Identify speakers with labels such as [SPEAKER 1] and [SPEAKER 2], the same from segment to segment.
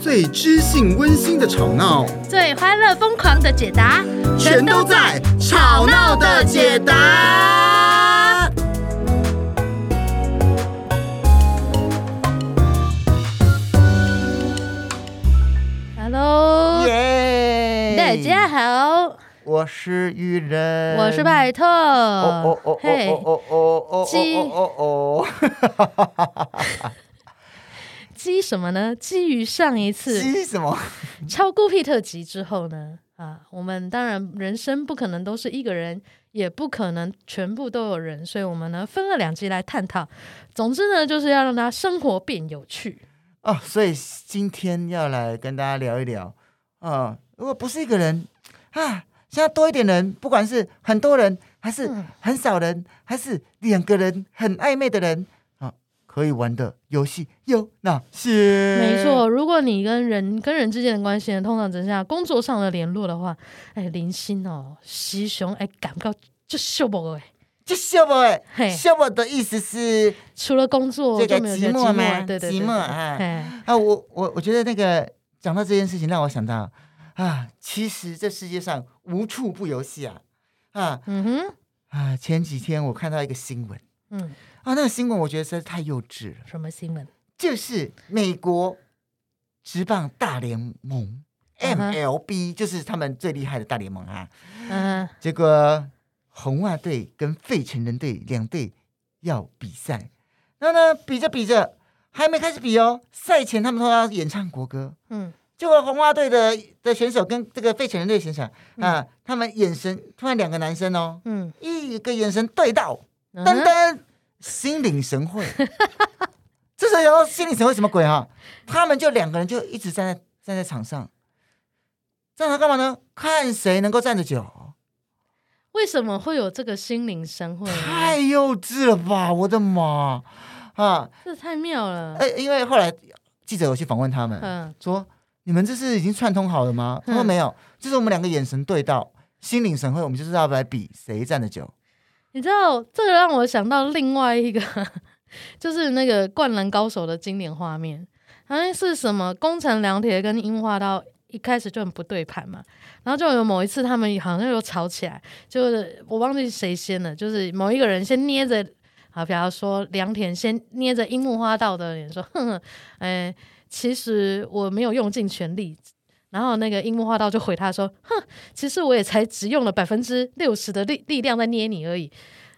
[SPEAKER 1] 最知性温馨的吵闹，
[SPEAKER 2] 最欢乐疯狂的解答，
[SPEAKER 1] 全都在《吵闹的解答》。
[SPEAKER 2] Hello，
[SPEAKER 3] 耶！
[SPEAKER 2] 大家好，
[SPEAKER 3] 我是愚人，
[SPEAKER 2] 我是拜特。
[SPEAKER 3] 哦。
[SPEAKER 2] 哦
[SPEAKER 3] 哦哦哦哦哦哦
[SPEAKER 2] 鸡
[SPEAKER 3] 哦哦哦！
[SPEAKER 2] 基于什么呢？基于上一次
[SPEAKER 3] 鸡什么？
[SPEAKER 2] 超孤僻特辑之后呢？啊，我们当然人生不可能都是一个人，也不可能全部都有人，所以我们呢分了两集来探讨。总之呢，就是要让大家生活变有趣。
[SPEAKER 3] 哦，所以今天要来跟大家聊一聊，呃，如果不是一个人啊，现在多一点人，不管是很多人，还是
[SPEAKER 2] 嗯
[SPEAKER 3] 很少人，还是两个人很暧昧的人啊，可以玩的游戏有哪些？
[SPEAKER 2] 没错，，如果你跟人跟人之间的关系呢，通常只剩下工作上的联络的话，哎，零星哦，西熊哎，感到就秀不哎，
[SPEAKER 3] 就秀我哎，
[SPEAKER 2] 嘿，
[SPEAKER 3] 秀我的意思是
[SPEAKER 2] 除了工作
[SPEAKER 3] 这个
[SPEAKER 2] 就没有
[SPEAKER 3] 寂
[SPEAKER 2] 寂
[SPEAKER 3] 寞
[SPEAKER 2] 寞
[SPEAKER 3] 吗
[SPEAKER 2] 啊，对对对，
[SPEAKER 3] 寂寞
[SPEAKER 2] 对
[SPEAKER 3] 啊
[SPEAKER 2] 哎，
[SPEAKER 3] 啊，我我我觉得那个讲到这件事情，让我想到啊，其实这世界上无处不有戏啊啊
[SPEAKER 2] 嗯哼，
[SPEAKER 3] 啊！前几天我看到一个新闻
[SPEAKER 2] 嗯，
[SPEAKER 3] 啊，那个新闻我觉得实在是太幼稚了，
[SPEAKER 2] 什么新闻？
[SPEAKER 3] 就是美国职棒大联盟
[SPEAKER 2] 嗯哼
[SPEAKER 3] MLB，、就是他们最厉害的大联盟啊。
[SPEAKER 2] 嗯，
[SPEAKER 3] 结果红袜队跟费城人队两队要比赛，然后呢比着比着还没开始比哦，赛前他们说要演唱国歌。
[SPEAKER 2] 嗯，
[SPEAKER 3] 结果红袜队的的选手跟这个费城人队的选手啊、他们眼神突然两个男生哦，
[SPEAKER 2] 嗯，
[SPEAKER 3] 一个眼神对到，
[SPEAKER 2] 嗯
[SPEAKER 3] 噔
[SPEAKER 2] 哼，
[SPEAKER 3] 噔，心领神会。 这时候心领神会什么鬼哈、他们就两个人就一直站在站在场上，站着干嘛呢？看谁能够站得久。
[SPEAKER 2] 为什么会有这个心灵神会呢？
[SPEAKER 3] 太幼稚了吧！我的妈啊！
[SPEAKER 2] 这太妙了，
[SPEAKER 3] 哎，因为后来记者有去访问他们，
[SPEAKER 2] 嗯
[SPEAKER 3] 说你们这是已经串通好了吗？
[SPEAKER 2] 嗯
[SPEAKER 3] 他说没有，就是我们两个眼神对到，心领神会，我们就是要来比谁站得久。
[SPEAKER 2] 你知道这个让我想到另外一个，就是那个《灌篮高手》的经典画面，好像是什么宫城良田跟樱花道一开始就很不对盘嘛，然后就有某一次他们好像又吵起来，就是我忘记谁先了，就是某一个人先捏着。好，比方说良田先捏着樱木花道的脸说：“哼哼，哎、其实我没有用尽全力。”然后那个樱木花道就回他说：“哼，其实我也才只用了百分之六十的力力量在捏你而已。”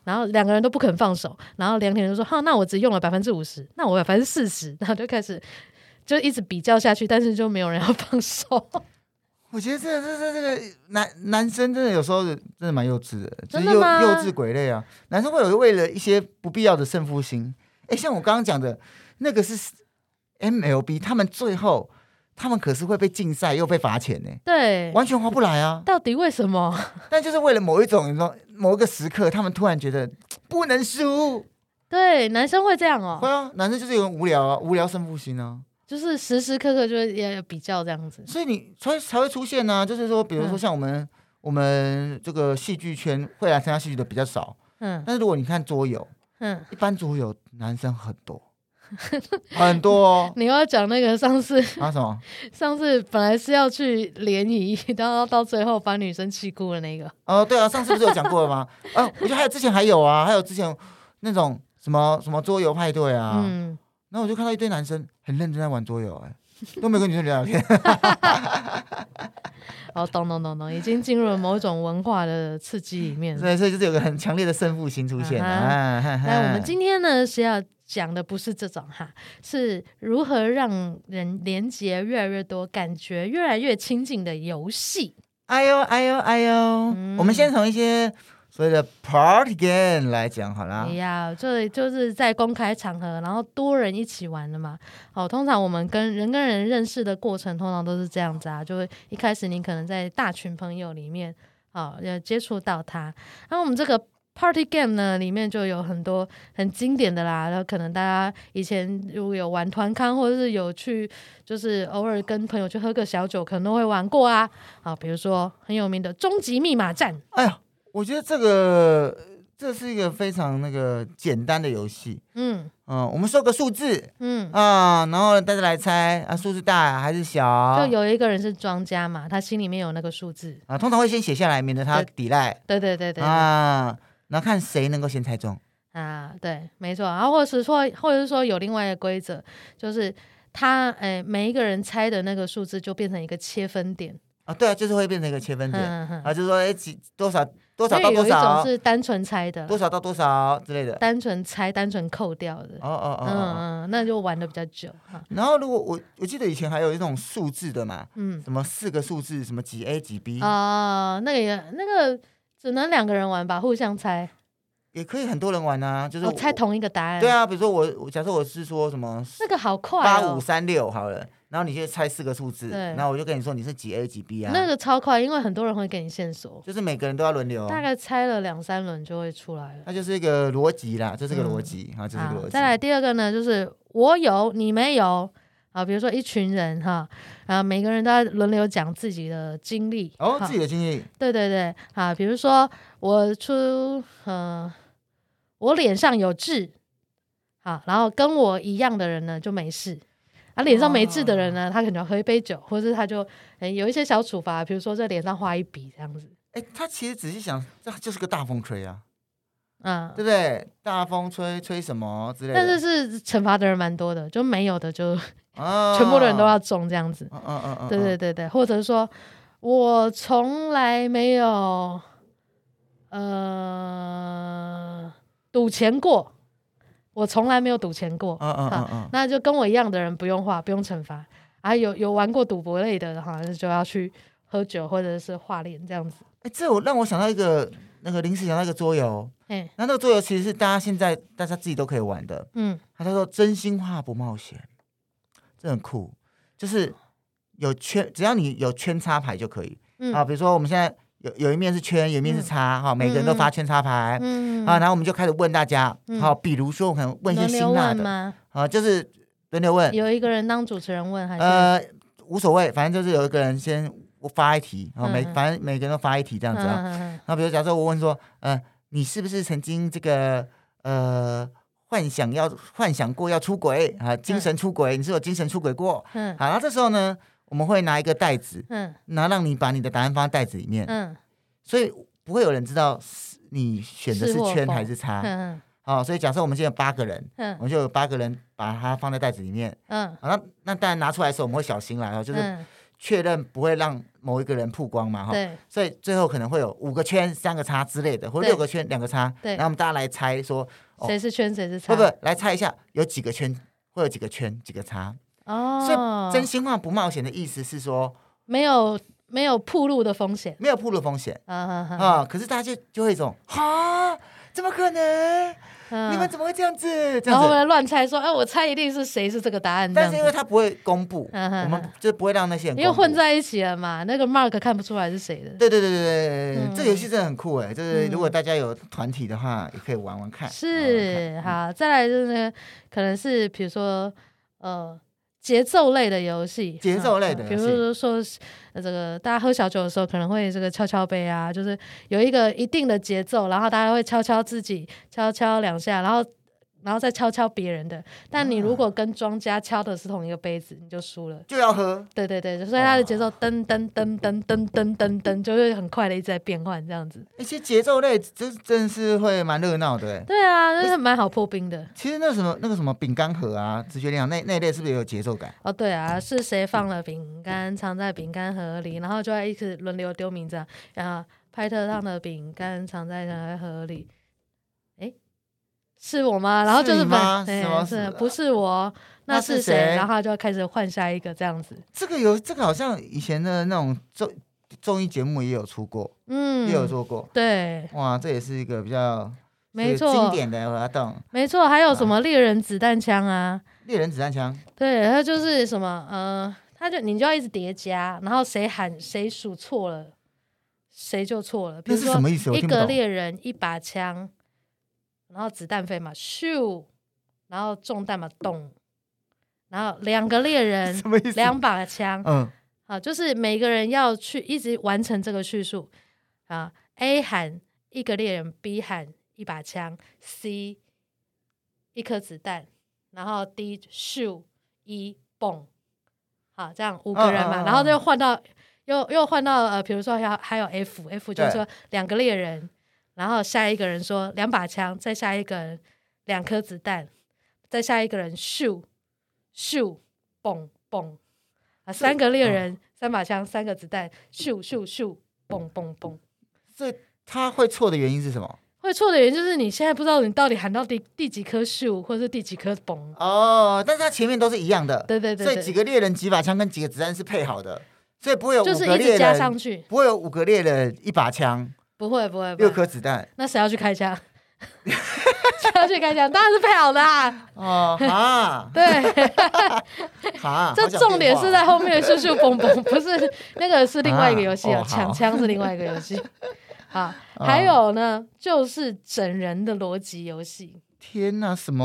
[SPEAKER 2] 然后两个人都不肯放手，然后良田就说：“哈，那我只用了百分之五十，那我百分之四十。” 然后就开始就一直比较下去，但是就没有人要放手，
[SPEAKER 3] 我觉得这这这这个男男生真的有时候真的蛮幼稚的，就是
[SPEAKER 2] 真的
[SPEAKER 3] 幼
[SPEAKER 2] 吗
[SPEAKER 3] 幼稚鬼类啊。男生会有为了一些不必要的胜负心。哎，像我刚刚讲的那个是 MLB，他们最后他们可是会被禁赛又被罚钱呢、
[SPEAKER 2] 对，
[SPEAKER 3] 完全划不来啊。
[SPEAKER 2] 到底为什么？
[SPEAKER 3] 但就是为了某一种，你知道某一个时刻，他们突然觉得不能输。
[SPEAKER 2] 对，男生会这样哦
[SPEAKER 3] 会，啊，男生就是有点无聊啊，无聊胜负心啊，
[SPEAKER 2] 就是时时刻刻就是要有比较这样子，
[SPEAKER 3] 所以你才才会出现呢、啊就是说，比如说
[SPEAKER 2] 嗯
[SPEAKER 3] 像我们、我们这个戏剧圈会来参加戏剧的比较少，
[SPEAKER 2] 嗯
[SPEAKER 3] 但是如果你看桌游，
[SPEAKER 2] 嗯。
[SPEAKER 3] 一般桌游男生很多 很多哦。
[SPEAKER 2] 你要讲那个上次，
[SPEAKER 3] 啊什么？
[SPEAKER 2] 上次本来是要去联谊，然后到最后把女生气哭的那个，
[SPEAKER 3] 哦，对啊，上次不是有讲过了吗？啊，我觉得还有之前还有啊，还有之前那种什么什么桌游派对啊，
[SPEAKER 2] 嗯，
[SPEAKER 3] 然后我就看到一堆男生很认真在玩桌游、哎，都没跟女生聊天。
[SPEAKER 2] 哦，懂懂懂懂，已经进入了某种文化的刺激里面了。
[SPEAKER 3] 所以，所以就是有个很强烈的胜负心出现
[SPEAKER 2] 啊
[SPEAKER 3] 啊。
[SPEAKER 2] 哈
[SPEAKER 3] 哈哈
[SPEAKER 2] 那我们今天呢是要讲的不是这种哈，是如何让人连接越来越多，感觉越来越亲近的游戏。
[SPEAKER 3] 哎呦哎呦哎呦，
[SPEAKER 2] 嗯
[SPEAKER 3] 我们先从一些所谓的 party game 来讲好啦
[SPEAKER 2] 哎。呀，这就是在公开场合，然后多人一起玩的嘛。哦，通常我们跟人跟人认识的过程，通常都是这样子啊，就是一开始你可能在大群朋友里面，哦，要接触到他。然后我们这个 Party Game 呢，里面就有很多很经典的啦，然后可能大家以前如果有玩团康，或者是有去，就是偶尔跟朋友去喝个小酒，可能都会玩过哦啊。啊、比如说很有名的《终极密码战》，
[SPEAKER 3] 哎呀，我觉得这个这是一个非常那个简单的游戏。
[SPEAKER 2] 嗯
[SPEAKER 3] 嗯、我们说个数字
[SPEAKER 2] 嗯，
[SPEAKER 3] 啊、然后大家来猜啊，数字大还是小？
[SPEAKER 2] 就有一个人是庄家嘛，他心里面有那个数字，
[SPEAKER 3] 啊，通常会先写下来，免得他抵赖
[SPEAKER 2] 对对对对对
[SPEAKER 3] 啊。然后看谁能够先猜中。
[SPEAKER 2] 啊，对，没错。然后或者是说，或者是说有另外一个规则，就是他诶、每一个人猜的那个数字就变成一个切分点。
[SPEAKER 3] 啊，对啊，就是会变成一个切分点、
[SPEAKER 2] 嗯嗯，
[SPEAKER 3] 啊，就是说，哎，几多少多少
[SPEAKER 2] 因
[SPEAKER 3] 到
[SPEAKER 2] 为有
[SPEAKER 3] 多
[SPEAKER 2] 一种
[SPEAKER 3] 少，
[SPEAKER 2] 是单纯猜的，
[SPEAKER 3] 多少到多少之类的。
[SPEAKER 2] 单纯猜、单纯扣掉的。
[SPEAKER 3] 哦哦哦。
[SPEAKER 2] 嗯
[SPEAKER 3] 哦
[SPEAKER 2] 嗯，那就玩的比较久哈。
[SPEAKER 3] 然后，如果我我记得以前还有一种数字的嘛，
[SPEAKER 2] 嗯
[SPEAKER 3] 什么四个数字，什么几 A 几 B，、
[SPEAKER 2] 啊、那个也那个只能两个人玩吧，互相猜，
[SPEAKER 3] 也可以很多人玩啊。就是
[SPEAKER 2] 哦，
[SPEAKER 3] 我
[SPEAKER 2] 猜同一个答案。
[SPEAKER 3] 对，啊，比如说我我假设我是说什么
[SPEAKER 2] 那个好快
[SPEAKER 3] 八
[SPEAKER 2] 哦
[SPEAKER 3] 五，三六好了，然后你就猜四个数字，
[SPEAKER 2] 对
[SPEAKER 3] 然后我就跟你说你是几 A 几 B 啊，
[SPEAKER 2] 那个超快，因为很多人会给你线索，
[SPEAKER 3] 就是每个人都要轮流，
[SPEAKER 2] 大概猜了两三轮就会出来了。
[SPEAKER 3] 它就是一个逻辑啦，这是个
[SPEAKER 2] 嗯
[SPEAKER 3] 逻辑啊，这是个逻
[SPEAKER 2] 好，
[SPEAKER 3] 辑。
[SPEAKER 2] 再来第二个呢，就是我有你没有啊，比如说一群人哈，啊，每个人都要轮流讲自己的经历。
[SPEAKER 3] 哦，
[SPEAKER 2] 哈
[SPEAKER 3] 自己的经历
[SPEAKER 2] 对对对啊，比如说我出呃，我脸上有痣，好，然后跟我一样的人呢就没事。啊，脸上没痣的人
[SPEAKER 3] 哦
[SPEAKER 2] 呢，他可能要喝一杯酒，或者他就、呃有一些小处罚，比如说在脸上画一笔这样子，
[SPEAKER 3] 哎，他其实仔细想，这就是个大风吹啊，
[SPEAKER 2] 嗯，
[SPEAKER 3] 对不对？大风吹吹什么之类的，
[SPEAKER 2] 但是是惩罚的人蛮多的，就没有的就
[SPEAKER 3] 啊
[SPEAKER 2] 全部的人都要中这样子。
[SPEAKER 3] 嗯，嗯嗯嗯，
[SPEAKER 2] 对对
[SPEAKER 3] 嗯，
[SPEAKER 2] 对对，或者说，我从来没有呃赌钱过，我从来没有赌钱过，
[SPEAKER 3] 嗯嗯嗯嗯，
[SPEAKER 2] 那就跟我一样的人不用画，不用惩罚。啊，有有玩过赌博类的，好像就要去喝酒或者是画脸这样子。
[SPEAKER 3] 哎，这我让我想到一个那个临时想到一个桌游，
[SPEAKER 2] 哎、
[SPEAKER 3] 那那个桌游其实是大家现在大家自己都可以玩的，
[SPEAKER 2] 嗯，
[SPEAKER 3] 他说真心话不冒险，这很酷，就是有圈，只要你有圈叉牌就可以、
[SPEAKER 2] 嗯
[SPEAKER 3] 啊。比如说我们现在有有一面是圈，有一面是叉，哈、每个人都发圈叉牌、
[SPEAKER 2] 嗯
[SPEAKER 3] 啊，然后我们就开始问大家，
[SPEAKER 2] 嗯
[SPEAKER 3] 好、比如说我可能问一些
[SPEAKER 2] 轮流
[SPEAKER 3] 辛辣
[SPEAKER 2] 问
[SPEAKER 3] 的
[SPEAKER 2] 吗？
[SPEAKER 3] 啊，就是轮流问，
[SPEAKER 2] 有一个人当主持人问还是？
[SPEAKER 3] 呃，无所谓，反正就是有一个人先发一题啊，
[SPEAKER 2] 嗯
[SPEAKER 3] 每
[SPEAKER 2] 嗯
[SPEAKER 3] 反正每个人都发一题这样子啊。
[SPEAKER 2] 嗯嗯
[SPEAKER 3] 那、比如假设我问说，呃，你是不是曾经这个呃幻想要幻想过要出轨啊，精神出轨？你是有精神出轨过？
[SPEAKER 2] 嗯
[SPEAKER 3] 好，那这时候呢，我们会拿一个袋子，
[SPEAKER 2] 嗯
[SPEAKER 3] 那让你把你的答案放在袋子里面，
[SPEAKER 2] 嗯
[SPEAKER 3] 所以不会有人知道是你选的
[SPEAKER 2] 是
[SPEAKER 3] 是
[SPEAKER 2] 或
[SPEAKER 3] 圈
[SPEAKER 2] 否
[SPEAKER 3] 还是叉。
[SPEAKER 2] 嗯
[SPEAKER 3] 好，所以假设我们现在有八个人，我
[SPEAKER 2] 嗯
[SPEAKER 3] 们就有八个人把它放在袋子里面。
[SPEAKER 2] 嗯，
[SPEAKER 3] 好，那那当然拿出来的时候，我们会小心来哦，就是
[SPEAKER 2] 嗯
[SPEAKER 3] 确认不会让某一个人曝光嘛，哈。
[SPEAKER 2] 对
[SPEAKER 3] 所以最后可能会有五个圈、三个叉之类的，或者
[SPEAKER 2] 对
[SPEAKER 3] 六个圈、两个叉。
[SPEAKER 2] 对
[SPEAKER 3] 然后我们大家来猜说，哦
[SPEAKER 2] 谁是圈谁是叉？
[SPEAKER 3] 不不，来猜一下有几个圈，会有几个圈、几个叉。
[SPEAKER 2] 哦，
[SPEAKER 3] 真心话不冒险的意思是说
[SPEAKER 2] 没有没有铺路的风险
[SPEAKER 3] 没有铺路风险
[SPEAKER 2] 啊哈哈！
[SPEAKER 3] 啊、可是大家就就会一种哈，怎么可能？
[SPEAKER 2] 嗯
[SPEAKER 3] 你们怎么会这样子？这
[SPEAKER 2] 然
[SPEAKER 3] 样
[SPEAKER 2] 后我
[SPEAKER 3] 子。
[SPEAKER 2] 们乱猜说，哎，我猜一定是谁是这个答案，这
[SPEAKER 3] 但
[SPEAKER 2] 样
[SPEAKER 3] 是
[SPEAKER 2] 子
[SPEAKER 3] 因为他不会公布，
[SPEAKER 2] 嗯哼
[SPEAKER 3] 我
[SPEAKER 2] 哼
[SPEAKER 3] 们就不会让那些人
[SPEAKER 2] 因为混
[SPEAKER 3] 在。
[SPEAKER 2] 在一起了嘛，那个 mark 看不出来是谁的，
[SPEAKER 3] 对对对对对对，
[SPEAKER 2] 嗯
[SPEAKER 3] 这个游戏真的很酷哎！就是
[SPEAKER 2] 嗯
[SPEAKER 3] 如果大家有团体的话，也可以玩玩看。嗯
[SPEAKER 2] 是好，再来就是那个可能是比如说呃。节奏类的游戏，
[SPEAKER 3] 节奏类的
[SPEAKER 2] 嗯
[SPEAKER 3] 游
[SPEAKER 2] 嗯比
[SPEAKER 3] 戏
[SPEAKER 2] 如说是呃这个大家喝小酒的时候，可能会这个敲敲杯啊，就是有一个一定的节奏，然后大家会敲敲自己，敲敲两下，然后然后再敲敲别人的。但你
[SPEAKER 3] 啊
[SPEAKER 2] 如果跟庄家敲的是同一个杯子，你就输了。
[SPEAKER 3] 就要喝，
[SPEAKER 2] 对对对，所以它的节奏噔噔噔噔噔噔噔噔，就是很快的一直在变换这样子。
[SPEAKER 3] 一些哎节奏类真真是会蛮热闹的哎。
[SPEAKER 2] 对啊，那是蛮好破冰的
[SPEAKER 3] 其实那什么那个什么饼干盒啊、直觉力量那那一类是不是也有节奏感？
[SPEAKER 2] 哦。对啊，是谁放了饼干藏在饼干盒里，然后就要一直轮流丢名字啊。然后派特上的饼干藏在哪个盒里？诶，是我吗？然后就是
[SPEAKER 3] 是你吗
[SPEAKER 2] 本
[SPEAKER 3] 什么
[SPEAKER 2] 对，
[SPEAKER 3] 是
[SPEAKER 2] 是不是我？
[SPEAKER 3] 那
[SPEAKER 2] 那
[SPEAKER 3] 是
[SPEAKER 2] 是谁
[SPEAKER 3] 谁？
[SPEAKER 2] 然后就开始换下一个这样子。
[SPEAKER 3] 这个有这个好像以前的那种综综艺节目也有出过，
[SPEAKER 2] 嗯
[SPEAKER 3] 也，有做过。
[SPEAKER 2] 对，
[SPEAKER 3] 哇，这也是一个比较
[SPEAKER 2] 没
[SPEAKER 3] 这个经
[SPEAKER 2] 错，
[SPEAKER 3] 典啊的活动。
[SPEAKER 2] 没错。还有什么猎人子弹枪啊？
[SPEAKER 3] 猎人子弹枪，
[SPEAKER 2] 对，它就是什么，呃，它就你就要一直叠加，然后谁喊谁数错了，谁就错了。比
[SPEAKER 3] 那
[SPEAKER 2] 如
[SPEAKER 3] 是
[SPEAKER 2] 说
[SPEAKER 3] 什么意思？我
[SPEAKER 2] 一
[SPEAKER 3] 听不
[SPEAKER 2] 个
[SPEAKER 3] 懂。
[SPEAKER 2] 猎人一把枪，然后子弹飞嘛，咻，然后中弹嘛，咚，然后两个猎人
[SPEAKER 3] 什么意思？
[SPEAKER 2] 两把枪，
[SPEAKER 3] 嗯
[SPEAKER 2] 啊，就是每个人要去一直完成这个叙述啊。A 喊一个猎人，B 喊一把枪，C 一颗子弹，然后 D shoot 一蹦，好，这样五个人
[SPEAKER 3] 嗯
[SPEAKER 2] 嘛，
[SPEAKER 3] 嗯嗯
[SPEAKER 2] 然后就换到又又换到呃，比如说还有还有 F，F 就是
[SPEAKER 3] 对
[SPEAKER 2] 说两个猎人，然后下一个人说两把枪，再下一个人两颗子弹，再下一个人 shoot shoot 蹦蹦，啊，三个猎
[SPEAKER 3] 嗯
[SPEAKER 2] 人、三把枪三个子弹 shoot shoot shoot 蹦蹦蹦。
[SPEAKER 3] 所以他会错的原因是什么？
[SPEAKER 2] 会错的原因就是你现在不知道你到底喊到第第几棵树，或者是第几棵崩。
[SPEAKER 3] 哦，但是他前面都是一样的，
[SPEAKER 2] 对对对
[SPEAKER 3] 所以几个
[SPEAKER 2] 对，
[SPEAKER 3] 猎人几把枪跟几个子弹是配好的，所以不会有五
[SPEAKER 2] 就是
[SPEAKER 3] 个
[SPEAKER 2] 一
[SPEAKER 3] 猎
[SPEAKER 2] 直加上
[SPEAKER 3] 人，
[SPEAKER 2] 去，
[SPEAKER 3] 不会有五个猎人一把枪
[SPEAKER 2] 不会不会不
[SPEAKER 3] 六
[SPEAKER 2] 会。
[SPEAKER 3] 颗子弹
[SPEAKER 2] 那谁要去开枪？ 谁要去开枪？当然是配好的啊。
[SPEAKER 3] 哦 哈
[SPEAKER 2] 对，
[SPEAKER 3] 哈，
[SPEAKER 2] 这
[SPEAKER 3] 好想
[SPEAKER 2] 重点
[SPEAKER 3] 变化
[SPEAKER 2] 是在后面咻咻嘣嘣，不是那个是另外一个游戏
[SPEAKER 3] 啊
[SPEAKER 2] 啊，
[SPEAKER 3] 哦好嗯
[SPEAKER 2] 抢枪是另外一个游 戏。啊，还有呢，就是整人的逻辑游戏。
[SPEAKER 3] 天哪，什么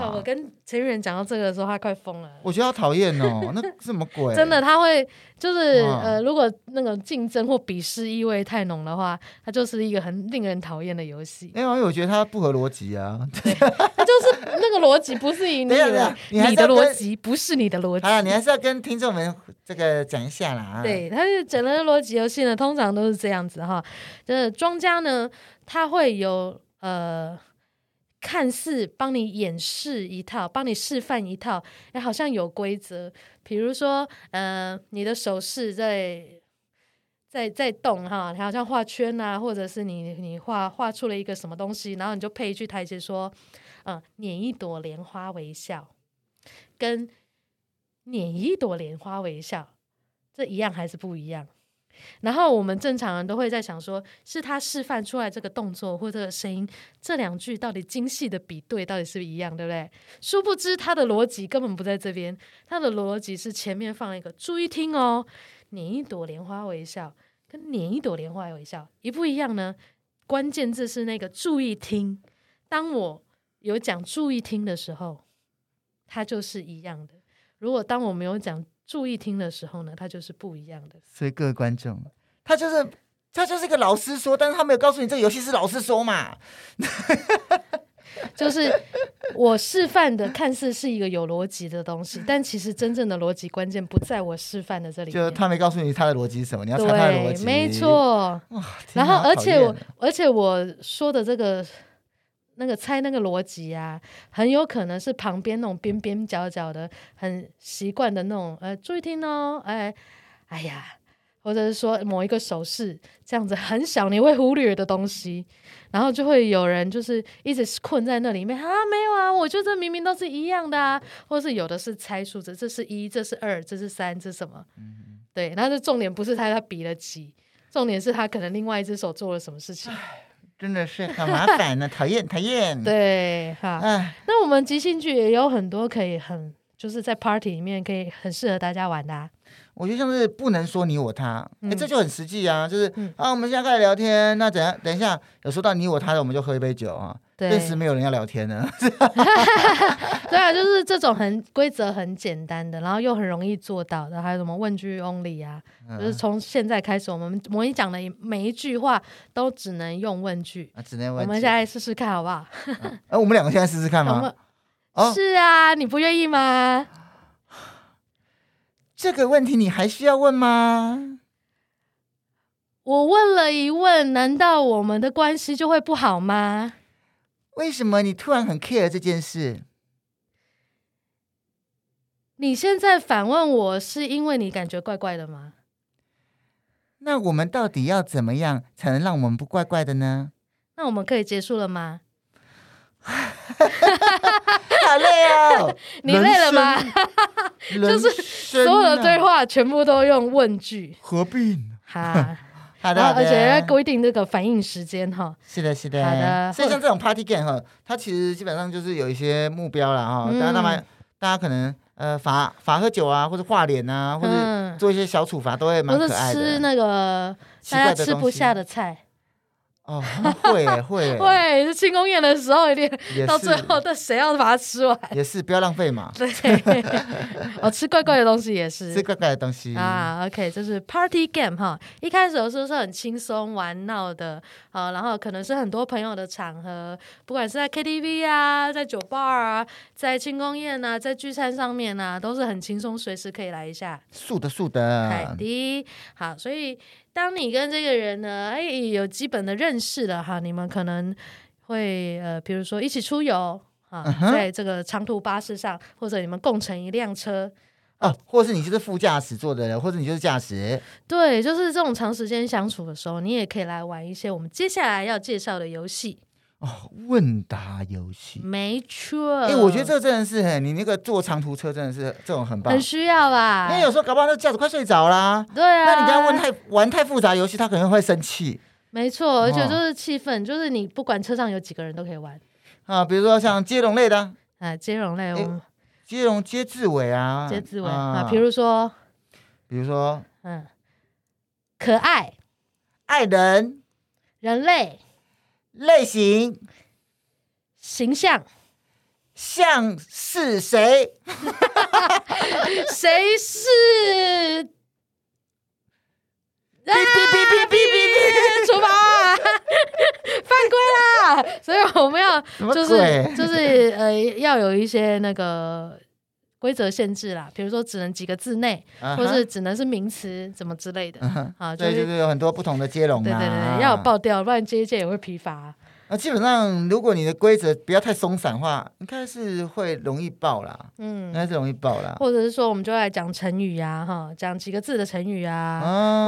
[SPEAKER 2] 看我
[SPEAKER 3] 啊？
[SPEAKER 2] 跟陈玉仁讲到这个的时候，他快疯了。
[SPEAKER 3] 我觉得好讨厌 哦，那什么鬼？
[SPEAKER 2] 真的，他会就是
[SPEAKER 3] 哇
[SPEAKER 2] 呃，如果那个竞争或鄙视意味太浓的话，它就是一个很令人讨厌的游戏
[SPEAKER 3] 。没有，啊因为我觉得它不合逻辑啊。
[SPEAKER 2] 它就是那个逻辑不是以你
[SPEAKER 3] 等一
[SPEAKER 2] 以
[SPEAKER 3] 下
[SPEAKER 2] 为
[SPEAKER 3] 等一下你还是
[SPEAKER 2] 你的
[SPEAKER 3] 要
[SPEAKER 2] 逻
[SPEAKER 3] 跟
[SPEAKER 2] 辑，不是你的逻
[SPEAKER 3] 好了，你
[SPEAKER 2] 辑。
[SPEAKER 3] 还是要跟听众们这个讲一下啦。，
[SPEAKER 2] 对，它是整个逻辑游戏呢，通常都是这样子哈。就是庄家呢，他会有呃，看似帮你演示一套，帮你示范一套，哎，好像有规则，比如说，呃，你的手势在在在动哈，你好像画圈啊，或者是你你画画出了一个什么东西，然后你就配一句台词说，嗯、捻一朵莲花微笑，跟捻一朵莲花微笑，这一样还是不一样？然后我们正常人都会在想说，是他示范出来这个动作或这个声音，这两句到底精细的比对到底是不是一样，对不对？殊不知他的逻辑根本不在这边，他的逻辑是前面放了一个，注意听哦，捻一朵莲花微笑跟捻一朵莲花微笑一不一样呢？关键字是那个注意听。当我有讲注意听的时候，它就是一样的；如果当我没有讲注意听的时候呢，它就是不一样的。
[SPEAKER 3] 所以各位观众，他就是他就是一个老师说，但是他没有告诉你这个游戏是老师说嘛。
[SPEAKER 2] 就是我示范的看似是一个有逻辑的东西，但其实真正的逻辑关键不在我示范的这里
[SPEAKER 3] 就
[SPEAKER 2] 面。
[SPEAKER 3] 他没告诉你他的逻辑是什么，你要猜他的逻
[SPEAKER 2] 对，
[SPEAKER 3] 辑。
[SPEAKER 2] 没。错。
[SPEAKER 3] 哇，天哪
[SPEAKER 2] 然后，而且我
[SPEAKER 3] 啊好讨厌，
[SPEAKER 2] 而且我说的这个那个猜那个逻辑啊，很有可能是旁边那种边边角角的很习惯的那种，呃，注意听哦，哎，哎呀，或者是说某一个手势这样子很小你会忽略的东西，然后就会有人就是一直困在那里面啊，没有啊，我觉得这明明都是一样的啊，或是有的是猜数字，这是一，这是二，这是三，这是什么？
[SPEAKER 3] 嗯
[SPEAKER 2] 对，那这重点不是猜他比了几。重点是他可能另外一只手做了什么事情。
[SPEAKER 3] 真的是很麻烦呢，讨厌讨厌。，
[SPEAKER 2] 对，啊哈。
[SPEAKER 3] 哎，
[SPEAKER 2] 那我们即兴剧也有很多可以很，就是在 party 里面可以很适合大家玩的、啊。
[SPEAKER 3] 我觉得像是不能说你我他，哎，
[SPEAKER 2] 嗯
[SPEAKER 3] 这就很实际啊，就是
[SPEAKER 2] 嗯
[SPEAKER 3] 啊，我们现在开始聊天，那怎样？等一下有说到你我他的，我们就喝一杯酒啊。
[SPEAKER 2] 对，
[SPEAKER 3] 顿时没有人要聊天 呢。
[SPEAKER 2] 对啊，就是这种很规则很简单的，然后又很容易做到的，还有什么问句 only 啊，就是从现在开始，我们我们讲的每一句话都只能用问句。
[SPEAKER 3] 啊，只能
[SPEAKER 2] 我
[SPEAKER 3] 问
[SPEAKER 2] 们
[SPEAKER 3] 起。
[SPEAKER 2] 现在试试看好不好？
[SPEAKER 3] 哎，我们两个现在试试看
[SPEAKER 2] 我
[SPEAKER 3] 吗
[SPEAKER 2] 们？
[SPEAKER 3] 哦
[SPEAKER 2] 是啊，你不愿意吗？
[SPEAKER 3] 这个问题你还需要问吗？
[SPEAKER 2] 我问了一问，难道我们的关系就会不好吗？
[SPEAKER 3] 为什么你突然很 care 这件事？
[SPEAKER 2] 你现在反问我，是因为你感觉怪怪的吗？
[SPEAKER 3] 那我们到底要怎么样才能让我们不怪怪的 呢？
[SPEAKER 2] 那我们可以结束了吗？，
[SPEAKER 3] 好累哦
[SPEAKER 2] 你累了吗？
[SPEAKER 3] 人生？啊
[SPEAKER 2] 就所
[SPEAKER 3] 是
[SPEAKER 2] 有的对话全部都用问句，
[SPEAKER 3] 合并。
[SPEAKER 2] 哈，
[SPEAKER 3] 好的，
[SPEAKER 2] 然
[SPEAKER 3] 好
[SPEAKER 2] 后而
[SPEAKER 3] 的
[SPEAKER 2] 且要规定这个反应时间哈，
[SPEAKER 3] 是的，是的。
[SPEAKER 2] 好的
[SPEAKER 3] 所以像这种 party game 哈，它其实基本上就是有一些目标啦哈，
[SPEAKER 2] 嗯
[SPEAKER 3] 大家大概大家可能呃罚罚喝酒啊，或者画脸啊，或者
[SPEAKER 2] 嗯，
[SPEAKER 3] 做一些小处罚，都会蛮
[SPEAKER 2] 不是
[SPEAKER 3] 可爱
[SPEAKER 2] 吃
[SPEAKER 3] 的。
[SPEAKER 2] 那个
[SPEAKER 3] 奇
[SPEAKER 2] 大
[SPEAKER 3] 怪
[SPEAKER 2] 家
[SPEAKER 3] 的
[SPEAKER 2] 吃
[SPEAKER 3] 东
[SPEAKER 2] 不
[SPEAKER 3] 西
[SPEAKER 2] 下的菜，
[SPEAKER 3] 哦，会 欸会欸
[SPEAKER 2] 会庆功宴的时候一定
[SPEAKER 3] 也是
[SPEAKER 2] 到最后，但谁要把它 吃完？
[SPEAKER 3] 也是不要浪费嘛，
[SPEAKER 2] 对， 哦，吃怪怪的东西也是
[SPEAKER 3] 吃怪怪的东西
[SPEAKER 2] 啊。OK，就是 party game 哈。一开始有时候是很轻松玩闹的，啊，然后可能是很多朋友的场合，不管是在 KTV 啊，在酒吧啊，在庆功宴啊，在聚餐上面啊，都是很轻松，随时可以来一下。
[SPEAKER 3] 素的素
[SPEAKER 2] 凯
[SPEAKER 3] 的，
[SPEAKER 2] 迪，好，所以当你跟这个人呢，哎，有基本的认识了哈，你们可能会呃，比如说一起出游啊
[SPEAKER 3] 嗯哼
[SPEAKER 2] 在这个长途巴士上，或者你们共乘一辆车，
[SPEAKER 3] 哦，或是你就是副驾驶坐的人，或者你就是驾驶，
[SPEAKER 2] 对，就是这种长时间相处的时候，你也可以来玩一些我们接下来要介绍的游戏，
[SPEAKER 3] 哦，问答游戏。
[SPEAKER 2] 没错。
[SPEAKER 3] 哎、我觉得这真的是很，你那个坐长途车真的是这种很棒
[SPEAKER 2] 很，需要吧，
[SPEAKER 3] 因为有时候搞不好那驾驶快睡着啦，
[SPEAKER 2] 对啊，
[SPEAKER 3] 那你跟他问太玩太复杂游戏，他可能会生气
[SPEAKER 2] 没错，而且
[SPEAKER 3] 哦
[SPEAKER 2] 就是气氛，就是你不管车上有几个人都可以玩
[SPEAKER 3] 啊。比如说像接龙类的啊，
[SPEAKER 2] 啊，接龙类，
[SPEAKER 3] 哎
[SPEAKER 2] 我们
[SPEAKER 3] 接龙接字尾啊，
[SPEAKER 2] 接字尾
[SPEAKER 3] 啊
[SPEAKER 2] 啊，，比如说。
[SPEAKER 3] 比如说
[SPEAKER 2] 嗯，可爱、
[SPEAKER 3] 爱人
[SPEAKER 2] 人类、
[SPEAKER 3] 类型
[SPEAKER 2] 形象，
[SPEAKER 3] 像是谁？
[SPEAKER 2] 谁是？
[SPEAKER 3] 哔哔哔哔哔哔
[SPEAKER 2] 哎出发， 犯规啦！所以我们要
[SPEAKER 3] 什么
[SPEAKER 2] 就
[SPEAKER 3] 鬼
[SPEAKER 2] 是就是呃，要有一些那个规则限制啦，比如说只能几个字内，
[SPEAKER 3] 哔，
[SPEAKER 2] 或是只能是名词，怎么之类的啊，
[SPEAKER 3] 啊啊哈
[SPEAKER 2] 就。
[SPEAKER 3] 对，就是是有很多不同的接龙
[SPEAKER 2] 对
[SPEAKER 3] 啊，
[SPEAKER 2] 对对，要有爆掉，不然接一接也会疲乏。
[SPEAKER 3] 啊，基本上如果你的规则不要太松散的话，应该是会容易爆啦，应
[SPEAKER 2] 嗯，
[SPEAKER 3] 该是容易爆啦。
[SPEAKER 2] 或者是说，我们就来讲成语呀，哈，讲几个字的成语啊，